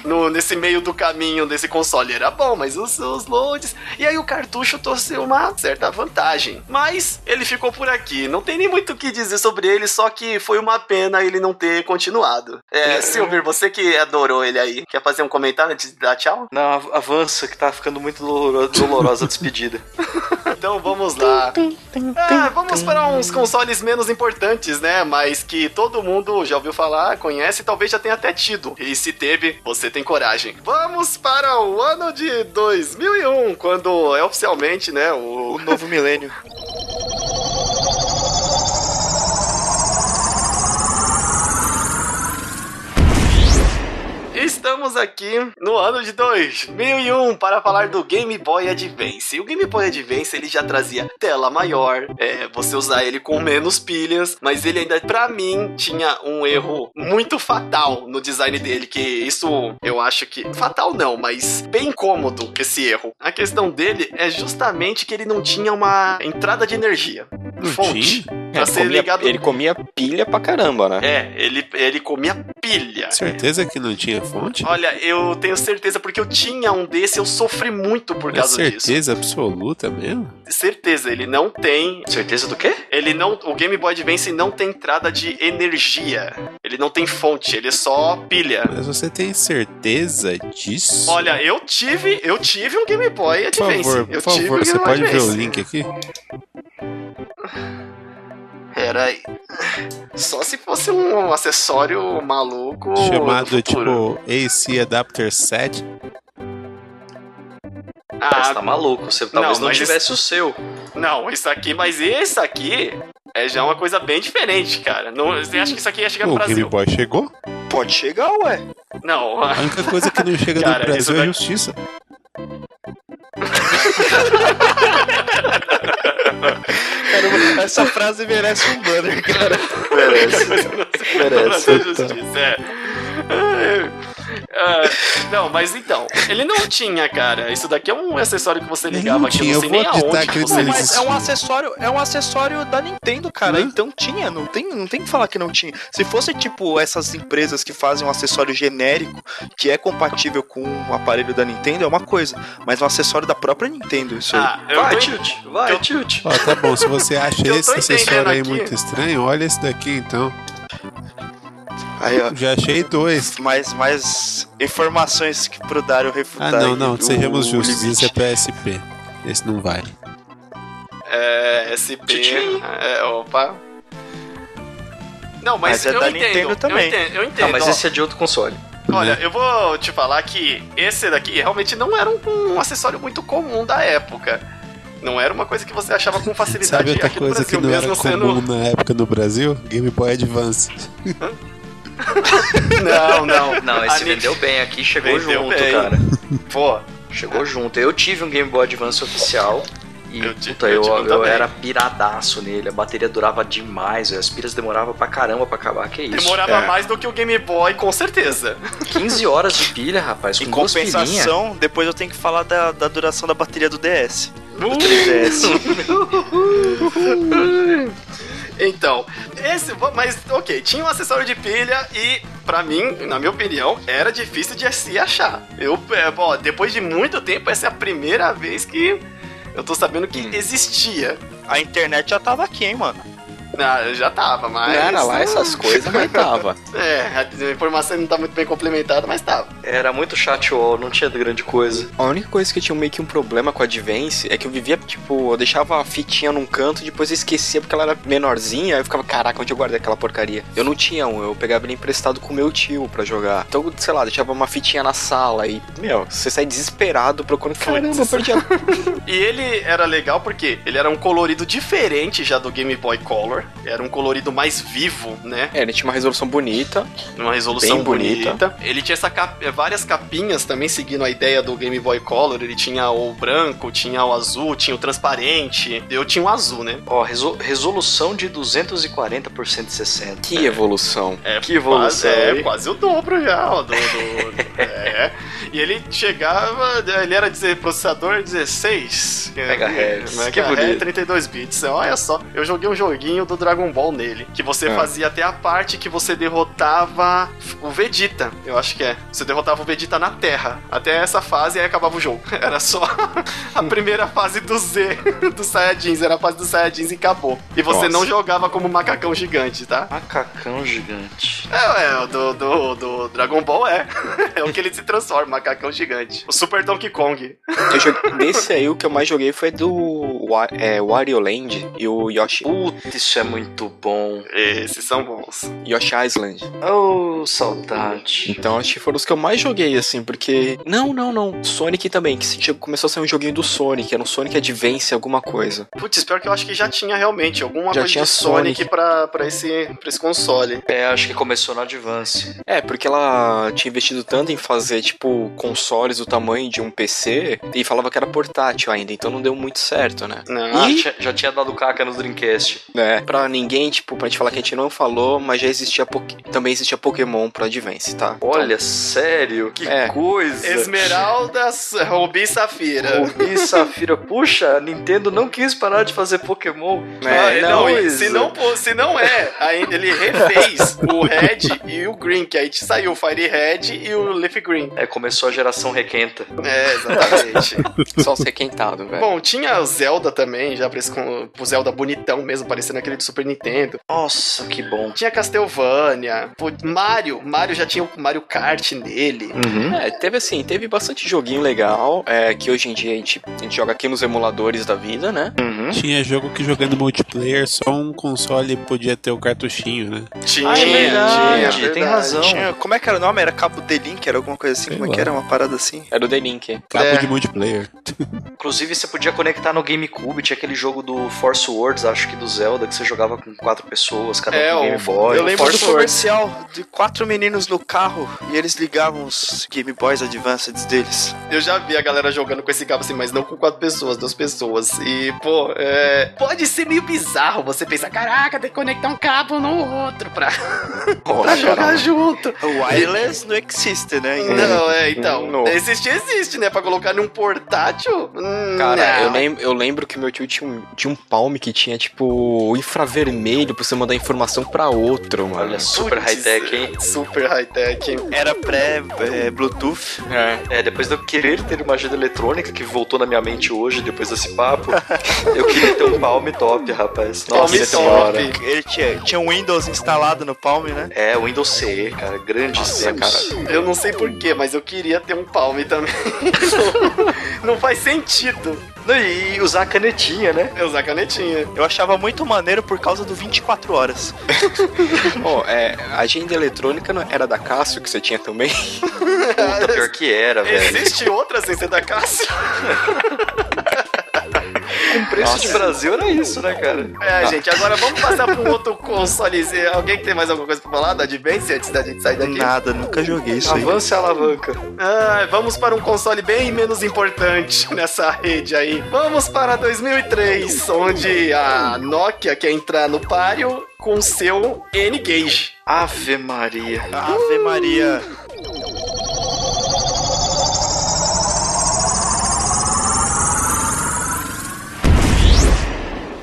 no, nesse meio do caminho desse console era bom, mas os, os loads antes, e aí o cartucho torceu uma certa vantagem. Mas ele ficou por aqui. Não tem nem muito o que dizer sobre ele, só que foi uma pena ele não ter continuado. É, Silver, você que adorou ele aí, quer fazer um comentário antes de dar tchau? Não, av- avança, que tá ficando muito doloro- dolorosa a despedida. Então vamos lá. Ah, vamos para uns consoles menos importantes, né? Mas que todo mundo já ouviu falar, conhece, talvez já tenha até tido. E se teve, você tem coragem. Vamos para o ano de 2001, quando é oficialmente, né, o O novo milênio. Estamos aqui no ano de 2001 para falar do Game Boy Advance. E O Game Boy Advance ele já trazia tela maior, é, você usar ele com menos pilhas, mas ele ainda, pra mim, tinha um erro muito fatal no design dele, que isso eu acho que. Fatal não, mas bem cômodo esse erro. A questão dele é justamente que ele não tinha uma entrada de energia. Não fonte. Pra Tá Ele ser comia, ligado. ele comia pilha pra caramba, né? É, ele, ele comia pilha. Certeza que não tinha fonte? Olha, eu tenho certeza, porque eu tinha um desse, eu sofri muito por É causa disso. certeza absoluta mesmo? Certeza, ele não tem. Certeza do quê? Ele não. O Game Boy Advance não tem entrada de energia. Ele não tem fonte, ele é só pilha. Mas você tem certeza disso? Olha, eu tive. Eu tive um Game Boy por Advance. favor, eu por tive um Game favor, você Boy pode ver o Advance. link aqui? Peraí. Só se fosse um acessório maluco. chamado do futuro. tipo AC Adapter 7. tipo, Ah, Ah, você tá maluco. Você talvez não, mas tivesse isso- o seu. Não, isso aqui, mas isso aqui é já uma coisa bem diferente, cara. Não, você acha que isso aqui ia chegar no O Game Brasil? Boy chegou? Pode chegar, ué. Não. A única coisa que não chega Cara, no isso Brasil é daqui- justiça. É, Caramba, essa frase merece um banner, cara. Merece. Justiça, é. Ah, não, mas então, ele não tinha, cara. Isso daqui é um acessório que você Ele ligava não aqui, eu não tinha, eu sei vou nem editar aonde que aquele você desenho. mas Mas é um acessório, é um acessório da Nintendo, cara. Então tinha, não tem, não tem que falar que não tinha. Se fosse tipo essas empresas que fazem um acessório genérico que é compatível com um aparelho da Nintendo é uma coisa, mas um acessório da própria Nintendo isso aí. Ah, eu Vai, tô- tilt. Vai, eu- tilt. Ó, tá bom, se você acha Eu tô esse acessório entendendo aí aqui. muito estranho, olha esse daqui então. Aí, ó. Já achei dois. Mais, mais informações que pro Dario Ah, refutar. não, Tá aí não, o- sejamos o justos, isso limite. é PSP. Esse não vai. É, SP. Tchim. É, opa. Não, mas, Mas é eu, da entendo, Nintendo também. eu entendo. Eu entendo. Não, mas ó. esse é de outro console. Né? Olha, eu vou te falar que esse daqui realmente não era um, um acessório muito comum da época. Não era uma coisa que você achava com facilidade <laughs> Sabe outra tá aqui no coisa que Brasil, não era mesmo comum sendo. na época no Brasil? Game Boy Advance. <laughs> Não, não. <laughs> Não, A esse Nintendo- vendeu bem aqui, chegou Vendeu junto, bem. cara. Pô, Chegou junto. Eu tive um Game Boy Advance oficial. E, Eu eu, ti- puta, eu eu, tive um eu também. era piradaço nele. A bateria durava demais, as pilhas demoravam pra caramba pra acabar. Que isso? demorava é. mais do que o Game Boy, com certeza. 15 horas de pilha, <laughs> rapaz, Em com duas pilhinhas. compensação, depois eu tenho que falar da, da duração da bateria do DS. Do 3DS. Então, esse. Mas, ok, tinha um acessório de pilha e, pra mim, na minha opinião, era difícil de se achar. Eu, é, ó, depois de muito tempo, essa é a primeira vez que eu tô sabendo Hum. que existia. A internet já tava aqui, hein, mano. Ah, já tava, mas. Não era lá é essas coisas, mas tava. É, a informação não tá muito bem complementada, mas tava. <laughs> Era muito chat wall, não tinha grande coisa. A única coisa que eu tinha meio que um problema com a Advance é que eu vivia, tipo, eu deixava a fitinha num canto e depois eu esquecia porque ela era menorzinha, aí eu ficava, caraca, onde eu guardei aquela porcaria? Eu não tinha um, eu pegava ele emprestado com meu tio pra jogar. Então, sei lá, deixava uma fitinha na sala e, meu, você sai desesperado procurando, caramba, eu perdi a... E ele era legal porque ele era um colorido diferente já do Game Boy Color. Era um colorido mais vivo, né? <laughs> É, ele tinha uma resolução bonita. Uma resolução Bem bonita. Ele tinha essa cap- eh, várias capinhas também seguindo a ideia do Game Boy Color. Ele tinha o branco, tinha o azul, tinha o transparente. Eu tinha o azul, né? Ó, resol- resolução de 240 por 160. Que evolução. É, Que evolução, Quase, é, hein? quase o dobro já, ó, do, do- é. E ele chegava, ele era de processador 16 Megahertz, né, que bonito. 32 bits. Olha só, eu joguei um joguinho do Dragon Ball nele, que Ah. você fazia até a parte que você derrotava o Vegeta, eu acho que é. Você derrotava o Vegeta na Terra. Até essa fase aí acabava o jogo. <laughs> Era só a primeira fase do Z <laughs> dos Saiyajins, era a fase dos Saiyajins e acabou. E você Nossa. não jogava como um macacão gigante, tá? Macacão gigante. É, é, o do, do, do Dragon Ball é. <laughs> É o que ele se transforma, macacão gigante. O Super Donkey Kong. Eu joguei- desse aí, o que eu mais joguei foi do Wa- é, Wario Land e o Yoshi, Puta, isso é muito bom. Esses são bons. Yoshi Island. Oh, saudade. Então acho que foram os que eu mais joguei, assim, porque. Não, não, não. Sonic também, que se chegou- começou a ser um joguinho do Sonic, era um Sonic Advance, alguma coisa. Putz, pior que eu acho que já tinha realmente alguma Já coisa tinha de Sonic, Sonic. pra, pra, esse, pra esse console. É, acho que começou no Advance. É, porque ela tinha investido tanto em fazer, tipo, consoles do tamanho de um PC e falava que era portátil ainda, então não deu muito certo, né? Não, Ih! Já, já Ah, tinha dado caca no Dreamcast. É, pra ninguém, tipo, pra gente falar que a gente não falou, mas já existia Pok- também existia Pokémon pro Advance, tá? Olha, sério? Que É. coisa. Ah, Esmeralda, Rubi e Safira. Rubi, Safira. Puxa, a Nintendo não quis parar de fazer Pokémon. Ah, Ah, não, e coisa. se não, pô- se não é, ainda ele refez o Red e o Green, que aí te saiu o Fire Red e o Leaf Green. É, começou a geração requenta. É, exatamente. Então, só os requentados, velho. Bom, tinha o Zelda também, já pra esse com o Zelda bonitão mesmo, parecendo aquele de Super Nintendo. Nossa, que bom. Tinha Castlevania, pô, Mario, Mario já tinha o Mario Kart nele. Hum. É, teve assim, teve bastante joguinho legal, é, que hoje em dia a gente, a gente joga aqui nos emuladores da vida, né? Tinha jogo que jogando multiplayer só um console podia ter o cartuchinho, né? Tinha, Ah, é verdade, tem razão. Tinha- como é que era o nome? Era Cabo The Link, era alguma coisa assim? Sei como é que lá. era? Uma parada assim? Era o The Link. Cabo É. de multiplayer. Inclusive, você podia conectar no GameCube, tinha aquele jogo do Force Words, acho que do Zelda, que você jogava com quatro pessoas, cada É, um com o- Game Boy. eu lembro Lembro Force do Words. comercial de quatro meninos no carro e eles ligavam os Game Boys Advances deles. Eu já vi a galera jogando com esse cabo assim, mas não com quatro pessoas, duas pessoas. E, pô, é... pode ser meio bizarro você pensar, caraca, tem que conectar um cabo no outro pra, <laughs> pra jogar junto. O wireless não existe, né? Hum, ainda. Não, é, então, Não. existe, existe, né? Pra colocar num portátil, hum, Cara, não. eu, lem- eu lembro que meu tio tinha um, tinha um palme que tinha, tipo, infravermelho pra você mandar informação pra outro, mano. Olha, super Putz, high-tech, hein? Super high-tech. Era pré-Bluetooth. É, depois de eu querer ter uma agenda eletrônica, que voltou na minha mente hoje, depois desse papo, eu queria ter um Palm Top, rapaz. Nossa Palm senhora. Top. Ele tinha, tinha um Windows instalado no Palm, né? É, o Windows CE, cara, grande C, cara. Eu não sei porquê, mas eu queria ter um palme também. <laughs> não, não faz sentido Não, E usar a canetinha, né? eu usar canetinha. Eu achava muito maneiro por causa do 24 horas. Ó, é, a agenda eletrônica não era da Cássio que você tinha também? <laughs> Puta, pior que é. era, velho. Existe outra sem ser da Cássio? O preço de Brasil era isso, né, cara? É, gente, agora vamos passar pra um outro console. Se Alguém que tem mais alguma coisa pra falar da Advance antes da gente sair daqui? Nada, nunca joguei isso aí. Avance a alavanca. Ah, vamos para um console bem menos importante <laughs> nessa rede aí. Vamos para 2003, onde a Nokia quer entrar no páreo com seu N-Gage. Ave Maria. Ave Maria.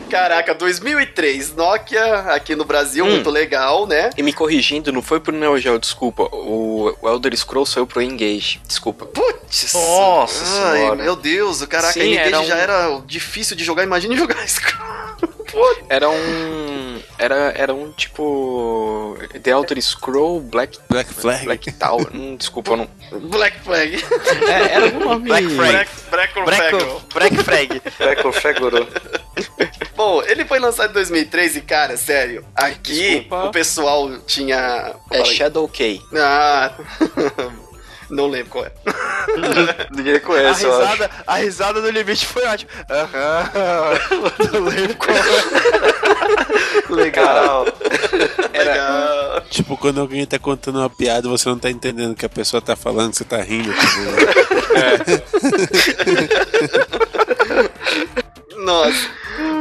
Caraca, 2003, Nokia aqui no Brasil, Hum. muito legal, né? E me corrigindo, não foi pro Neo Geo, desculpa. O, o Elder Scrolls saiu pro Engage, desculpa. Putz! Nossa senhora. meu Deus, o caraca, Sim, N-Gage era um- já era difícil de jogar, imagine jogar <laughs> isso. Putz, Era um... Era, era um, tipo... The Elder Scroll Black... Black Flag. Black Tower. Hum, desculpa, eu não... Black Flag. É, era um <laughs> nome... Black Flag. Black, Black, or Flag. Black Frag. Feco, Fegoro. Bom, ele foi lançado em 2003 e, cara, sério, aqui Desculpa. o pessoal tinha... É Shadow K. Ah, <laughs> não lembro qual é. Ninguém A conhece, eu acho. risada, a risada do limite foi ótima. Aham. Eu lembro qual <laughs> Legal. Legal. Tipo, quando alguém tá contando uma piada, você não tá entendendo o que a pessoa tá falando, você tá rindo. tipo, né? Nossa.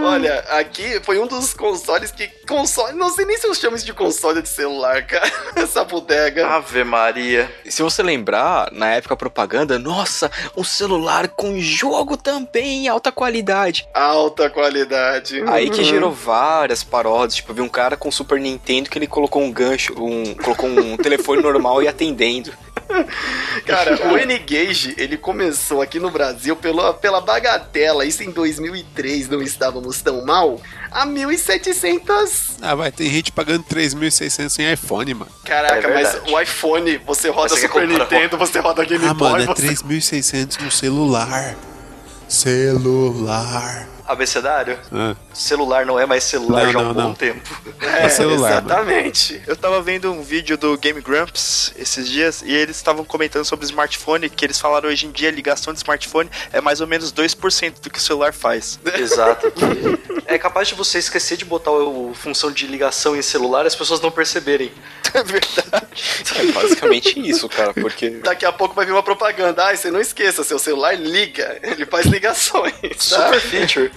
olha, aqui foi um dos consoles que. Console. Não sei nem se eu chamo isso de console ou de celular, cara. <laughs> Essa bodega. Ave Maria. Se você lembrar, na época a propaganda, nossa, um celular com jogo também, alta qualidade. Alta qualidade. Aí que gerou várias paródias. Tipo, eu vi um cara com Super Nintendo que ele colocou um gancho, um, colocou um <laughs> telefone normal e atendendo. Cara, o N-Gage, ele começou aqui no Brasil pela, pela bagatela. Isso em 2003, não estávamos tão mal. A 1.700. <laughs> Ah, vai, tem gente pagando 3.600 em iPhone, mano. Caraca, mas o iPhone, você roda Super Nintendo, você roda Game Ah, Boy. mano, é você... 3.600 no celular. Celular. Abecedário? Ah, Celular não é mais celular Não, já há não, um bom não. tempo. é, celular. mano. Exatamente. Eu tava vendo um vídeo do Game Grumps esses dias e eles estavam comentando sobre smartphone, que eles falaram hoje em dia ligação de smartphone é mais ou menos 2% do que o celular faz. Exato. É capaz de você esquecer de botar a função de ligação em celular e as pessoas não perceberem. É basicamente isso, cara, porque. Daqui a pouco vai vir uma propaganda. Ai, você não esqueça, seu celular liga. Ele faz ligações. tá? Super feature.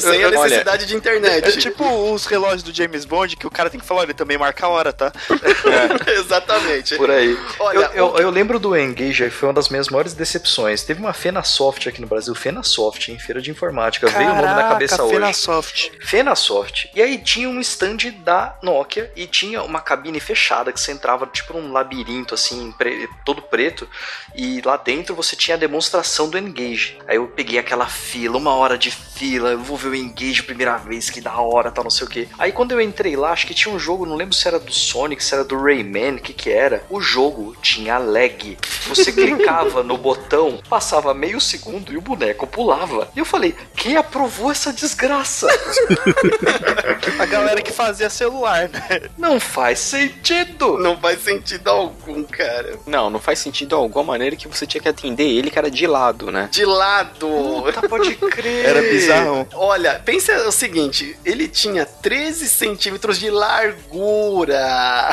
Sem a Olha, necessidade de É internet. tipo os relógios do James Bond que o cara tem que falar, olha, também marca a hora, tá? <laughs> Exatamente. Por aí. Olha, Eu, eu- eu lembro do Engage, aí foi uma das minhas maiores decepções. Teve uma Fenasoft aqui no Brasil, Fenasoft, em feira de informática. um Veio o nome na cabeça hoje. Fenasoft. Fenasoft. E aí tinha um stand da Nokia e tinha uma cabine fechada que você entrava tipo num labirinto assim, pre- todo preto, e lá dentro você tinha a demonstração do Engage. Aí eu peguei aquela fila, uma hora de fila, eu vou ver o Engage primeira vez, que da hora, tal, não sei o que. Aí quando eu entrei lá, acho que tinha um jogo, não lembro se era do Sonic, se era do Rayman, o que que era. O jogo tinha lag. Você clicava no botão, passava meio segundo e o boneco pulava. E eu falei, quem aprovou essa desgraça? A galera que fazia celular, né? Não faz sentido! Não faz sentido algum, cara. Não, não faz sentido alguma maneira que você tinha que atender ele, cara, de lado, né? De lado. Puta, pode crer! Era bizarro. Olha, pensa o seguinte: ele tinha 13 centímetros de largura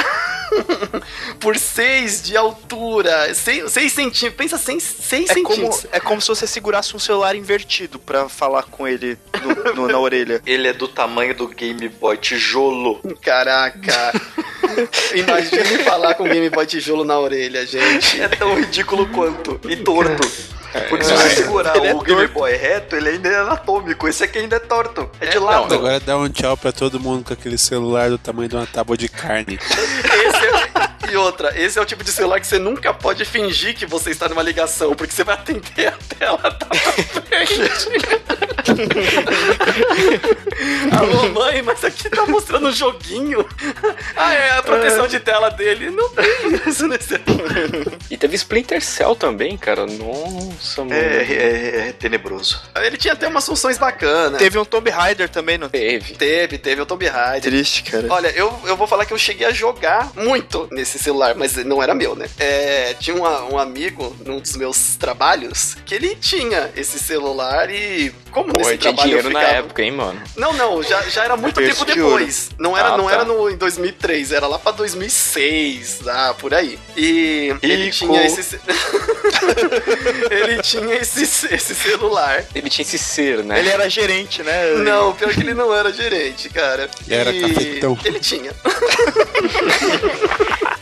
<laughs> por 6 de altura. 6, centímetros. Pensa 6, É como, centímetros. é como se você segurasse um celular invertido pra falar com ele no- no- na orelha. <laughs> Ele é do tamanho do Game Boy tijolo. <laughs> Caraca. Imagine falar com o Game Boy tijolo na orelha, gente. É tão ridículo quanto. E torto. Porque se É. você segurar Ele é o Game Boy reto, ele ainda é anatômico. Esse aqui ainda é torto. É de lado. Puta, Agora dá um tchau pra todo mundo com aquele celular do tamanho de uma tábua de carne. Tipo, Esse é- e outra, esse é o tipo de celular que você nunca pode fingir que você está numa ligação, porque você vai atender a tela tá na <laughs> frente. Alô, mãe, mas aqui tá mostrando um joguinho. Ah, é a proteção de tela dele. Não tem isso nesse. E teve Splinter Cell também, cara. Nossa, mano. É, é, é tenebroso. Ele tinha até umas funções bacanas. Teve um Tomb Raider também, não Teve. Teve, teve o Tomb Raider. Triste, cara. Olha, eu, eu vou falar que eu cheguei a jogar muito nesse celular, mas não era meu, né? É, tinha uma- um amigo num dos meus trabalhos que ele tinha esse celular e. Como Pô, nesse eu tinha trabalho dinheiro eu na ficava... época, hein, mano. Não, não, já, já era muito Berço tempo de ouro. depois. Não era, Ah, não tá. era no, em 2003, era lá pra 2006, ah, por aí. E ele Rico. tinha esse. ce- <laughs> ele tinha esse, esse celular. Ele tinha esse ser, né? Ele era gerente, né? Não, pior que ele não era gerente, cara. Era E cafetão. Ele tinha. <laughs>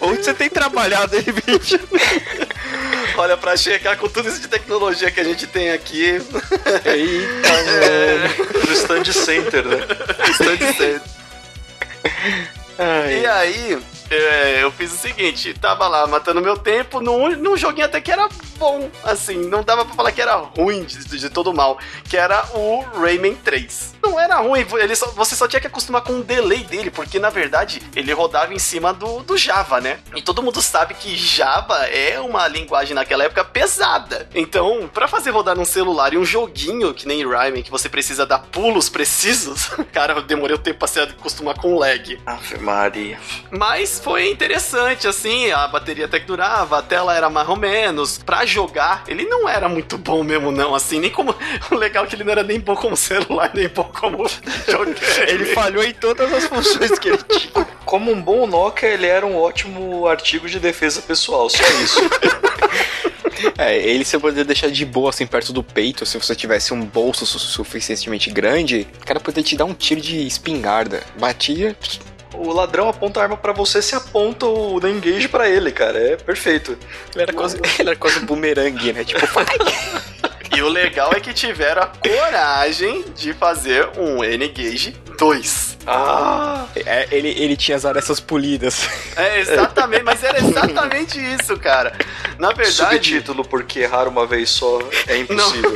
Onde você tem trabalhado, ele bicho? Olha, pra chegar com tudo isso de tecnologia que a gente tem aqui, Do stand center, né? bastante cedo. E aí, é, eu fiz o seguinte, tava lá matando meu tempo num, num joguinho até que era bom, assim, não dava pra falar que era ruim de, de todo mal, que era o Rayman 3. Não era ruim, ele só- você só tinha que acostumar com o delay dele, porque na verdade ele rodava em cima do, do Java, né? E todo mundo sabe que Java é uma linguagem naquela época pesada. Então, pra fazer rodar num celular e um joguinho que nem Rayman, que você precisa dar pulos precisos, <laughs> cara, eu demorei o tempo pra se acostumar com lag. Ave Maria. Mas foi interessante, assim, a bateria até que durava, a tela era mais ou menos. Pra jogar, ele não era muito bom mesmo, não, assim, nem como. <laughs> O legal é que ele não era nem bom como celular, nem bom como <laughs> videogame. Ele falhou em todas as funções que ele tinha. Como um bom Nokia, ele era um ótimo artigo de defesa pessoal, só isso. É, ele você poderia deixar de boa, assim, perto do peito, se você tivesse um bolso su- suficientemente grande, o cara poderia te dar um tiro de espingarda. Batia, O ladrão aponta a arma pra você, se aponta o da engage pra ele, cara. É perfeito. ele era quase, <laughs> ele era quase um bumerangue, né? Tipo, E o legal é que tiveram a coragem de fazer um N-Gage 2. Ah! é, ele, ele tinha as arestas polidas. <laughs> É exatamente, mas era exatamente isso, cara. Na verdade, Subtítulo, porque errar uma vez só é impossível.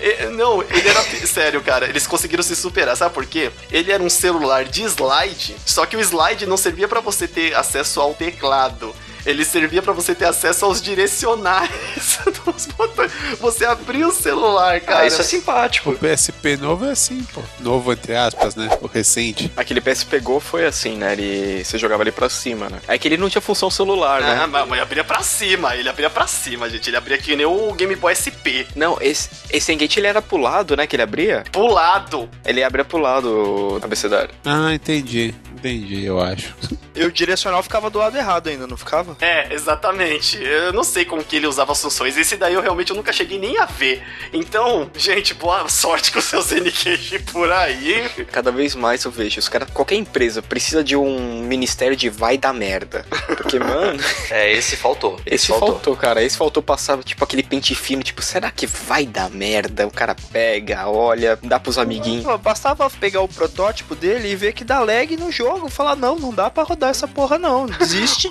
E- Não, ele era. Sério, cara, eles conseguiram se superar, sabe por quê? Ele era um celular de slide, só que o slide não servia pra você ter acesso ao teclado. Ele servia pra você ter acesso aos direcionais <laughs> dos botões. Você abria o celular, cara. Ah, isso é simpático. O PSP novo é assim, pô. Novo, entre aspas, né? O recente. Aquele PS pegou foi assim, né? Ele, você jogava ali pra cima, né? É que ele não tinha função celular, né? Ah, mas mas ele abria pra cima, ele abria pra cima, gente. Ele abria que nem o Game Boy SP. Não, esse, esse Engate ele era pro lado, né? Que ele abria? Pulado. Ele abria pro lado o abecedário. Ah, entendi. Entendi, eu acho. E o direcional ficava do lado errado ainda, não ficava? É, exatamente. Eu não sei como que ele usava as funções. Esse daí eu realmente nunca cheguei nem a ver. Então, gente, boa sorte com os seus <laughs> NQG por aí. Cada vez mais eu vejo, os caras, qualquer empresa precisa de um ministério de vai dar merda. Porque, mano, É, esse faltou. esse faltou. cara. Esse faltou passar, tipo, aquele pente fino, tipo, será que vai dar merda? O cara pega, olha, dá pros amiguinhos. Pô, bastava pegar o protótipo dele e ver que dá lag no jogo. Falar, não, não dá pra rodar essa porra, não. Desiste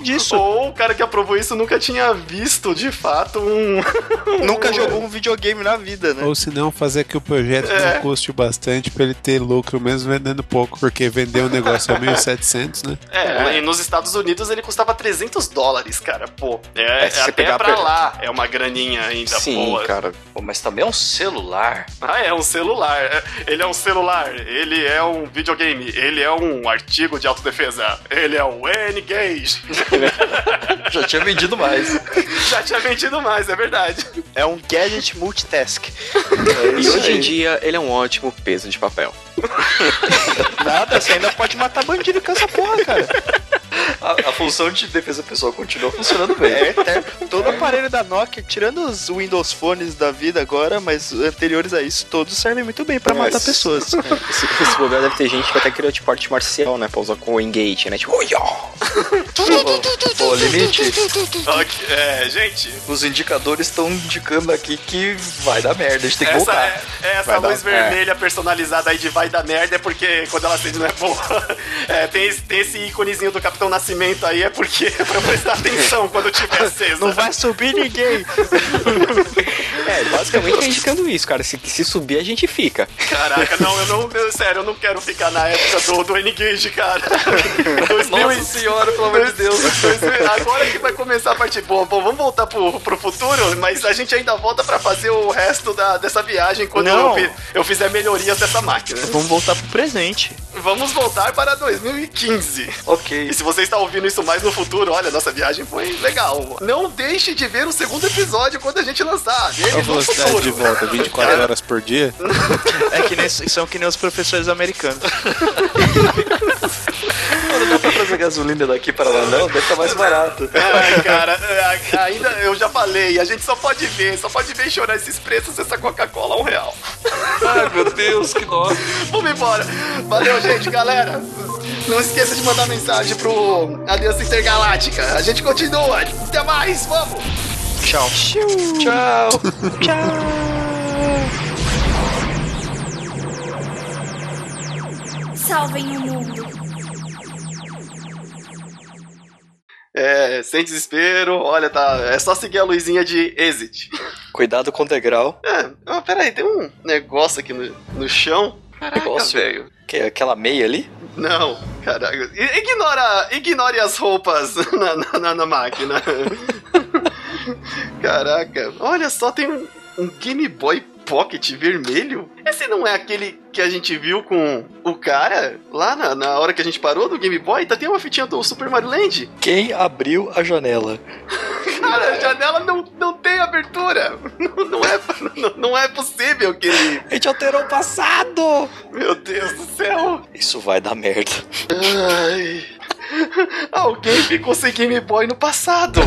<laughs> disso. Ou o cara que aprovou isso nunca tinha visto de fato <laughs> um. Nunca jogou um videogame na vida, né? Ou se não, fazer que o projeto não custe bastante pra ele ter lucro, mesmo vendendo pouco. Porque vender um negócio a 1.700, né? É, e nos Estados Unidos ele custava 300 dólares, cara. Pô, é, É, se você até pegar pra per- lá é uma graninha ainda Sim, boa. cara. Pô, mas também é um celular. Ah, é um celular. É, Ele é um celular, ele é um videogame, ele é um artigo de autodefesa, ele é um N-Gage. <laughs> Já tinha vendido mais. Já tinha vendido mais, é verdade. É um gadget multitask. E hoje em dia ele é um ótimo peso de papel. Nada, você ainda pode matar bandido com essa porra, cara. A, a função de defesa pessoal continua funcionando bem. É, é, todo aparelho da Nokia, tirando os Windows Phones da vida agora, mas anteriores a isso, todos servem muito bem pra matar Mas- pessoas. <laughs> Esse, esse bobear deve ter gente que até criou tipo arte marcial, né? Pra usar com o engate, né? Tipo, uió! Pô, limite, Ok, é, gente, os indicadores estão indicando aqui que vai dar merda, a gente tem que essa, voltar. um- é- essa Vai dar- luz vermelha personalizada aí de vai da merda é porque quando ela acende não é boa. <laughs> É, tem, esse- tem esse íconezinho do Capitão Nascimento aí, é porque <laughs> é pra eu prestar atenção quando tiver acesa. Não vai <laughs> subir ninguém. É, basicamente tá indicando isso, cara. Se, se subir, a gente fica. Caraca, não, eu não. eu- sério, eu não quero ficar na época do, do N-Gage, cara. 2000 <laughs> Nossa senhora, pelo amor de Deus. Agora que vai começar a parte boa. Bom, vamos voltar pro, pro futuro, mas a gente ainda volta pra fazer o resto da, dessa viagem quando eu, Não. fi- eu fizer melhorias dessa máquina. Vamos voltar pro presente. Vamos voltar para 2015. Ok. E se você está ouvindo isso mais no futuro, olha, nossa viagem foi legal. Não deixe de ver o segundo episódio quando a gente lançar. Ele Olha a no velocidade de futuro. volta, 24 horas por dia. É que nem- são que nem os professores americanos. Não então dá pra trazer gasolina daqui para lá, não? Deve estar mais barato. Ai, cara, é, a- ainda eu já falei, a gente só pode ver, só pode ver e chorar esses preços essa Coca-Cola a um real. Ai, meu Deus, que dó. Vamos embora. Valeu, gente, galera. Não esqueça de mandar mensagem pro Aliança Intergaláctica. A gente continua. Até mais, vamos! Tchau. Salvem o mundo. É, sem desespero, olha, tá. É só seguir a luzinha de exit. Cuidado com o degrau. É, ah, peraí, tem um negócio aqui no, no chão. Negócio, velho. Que é aquela meia ali? Não, caraca. I- Ignora, ignore as roupas <laughs> na, na- na- na máquina. <laughs> caraca, olha só, tem um, um Game Boy Pocket vermelho. Esse não é aquele que a gente viu com o cara lá na, na hora que a gente parou do Game Boy? Tá, tem uma fitinha do Super Mario Land. Quem abriu a janela? Cara, a janela não, não tem abertura. <laughs> Não, não é, não, não é possível que ele... A gente alterou o passado! Meu Deus do céu. Isso vai dar merda. Ai. Alguém ficou sem Game Boy no passado.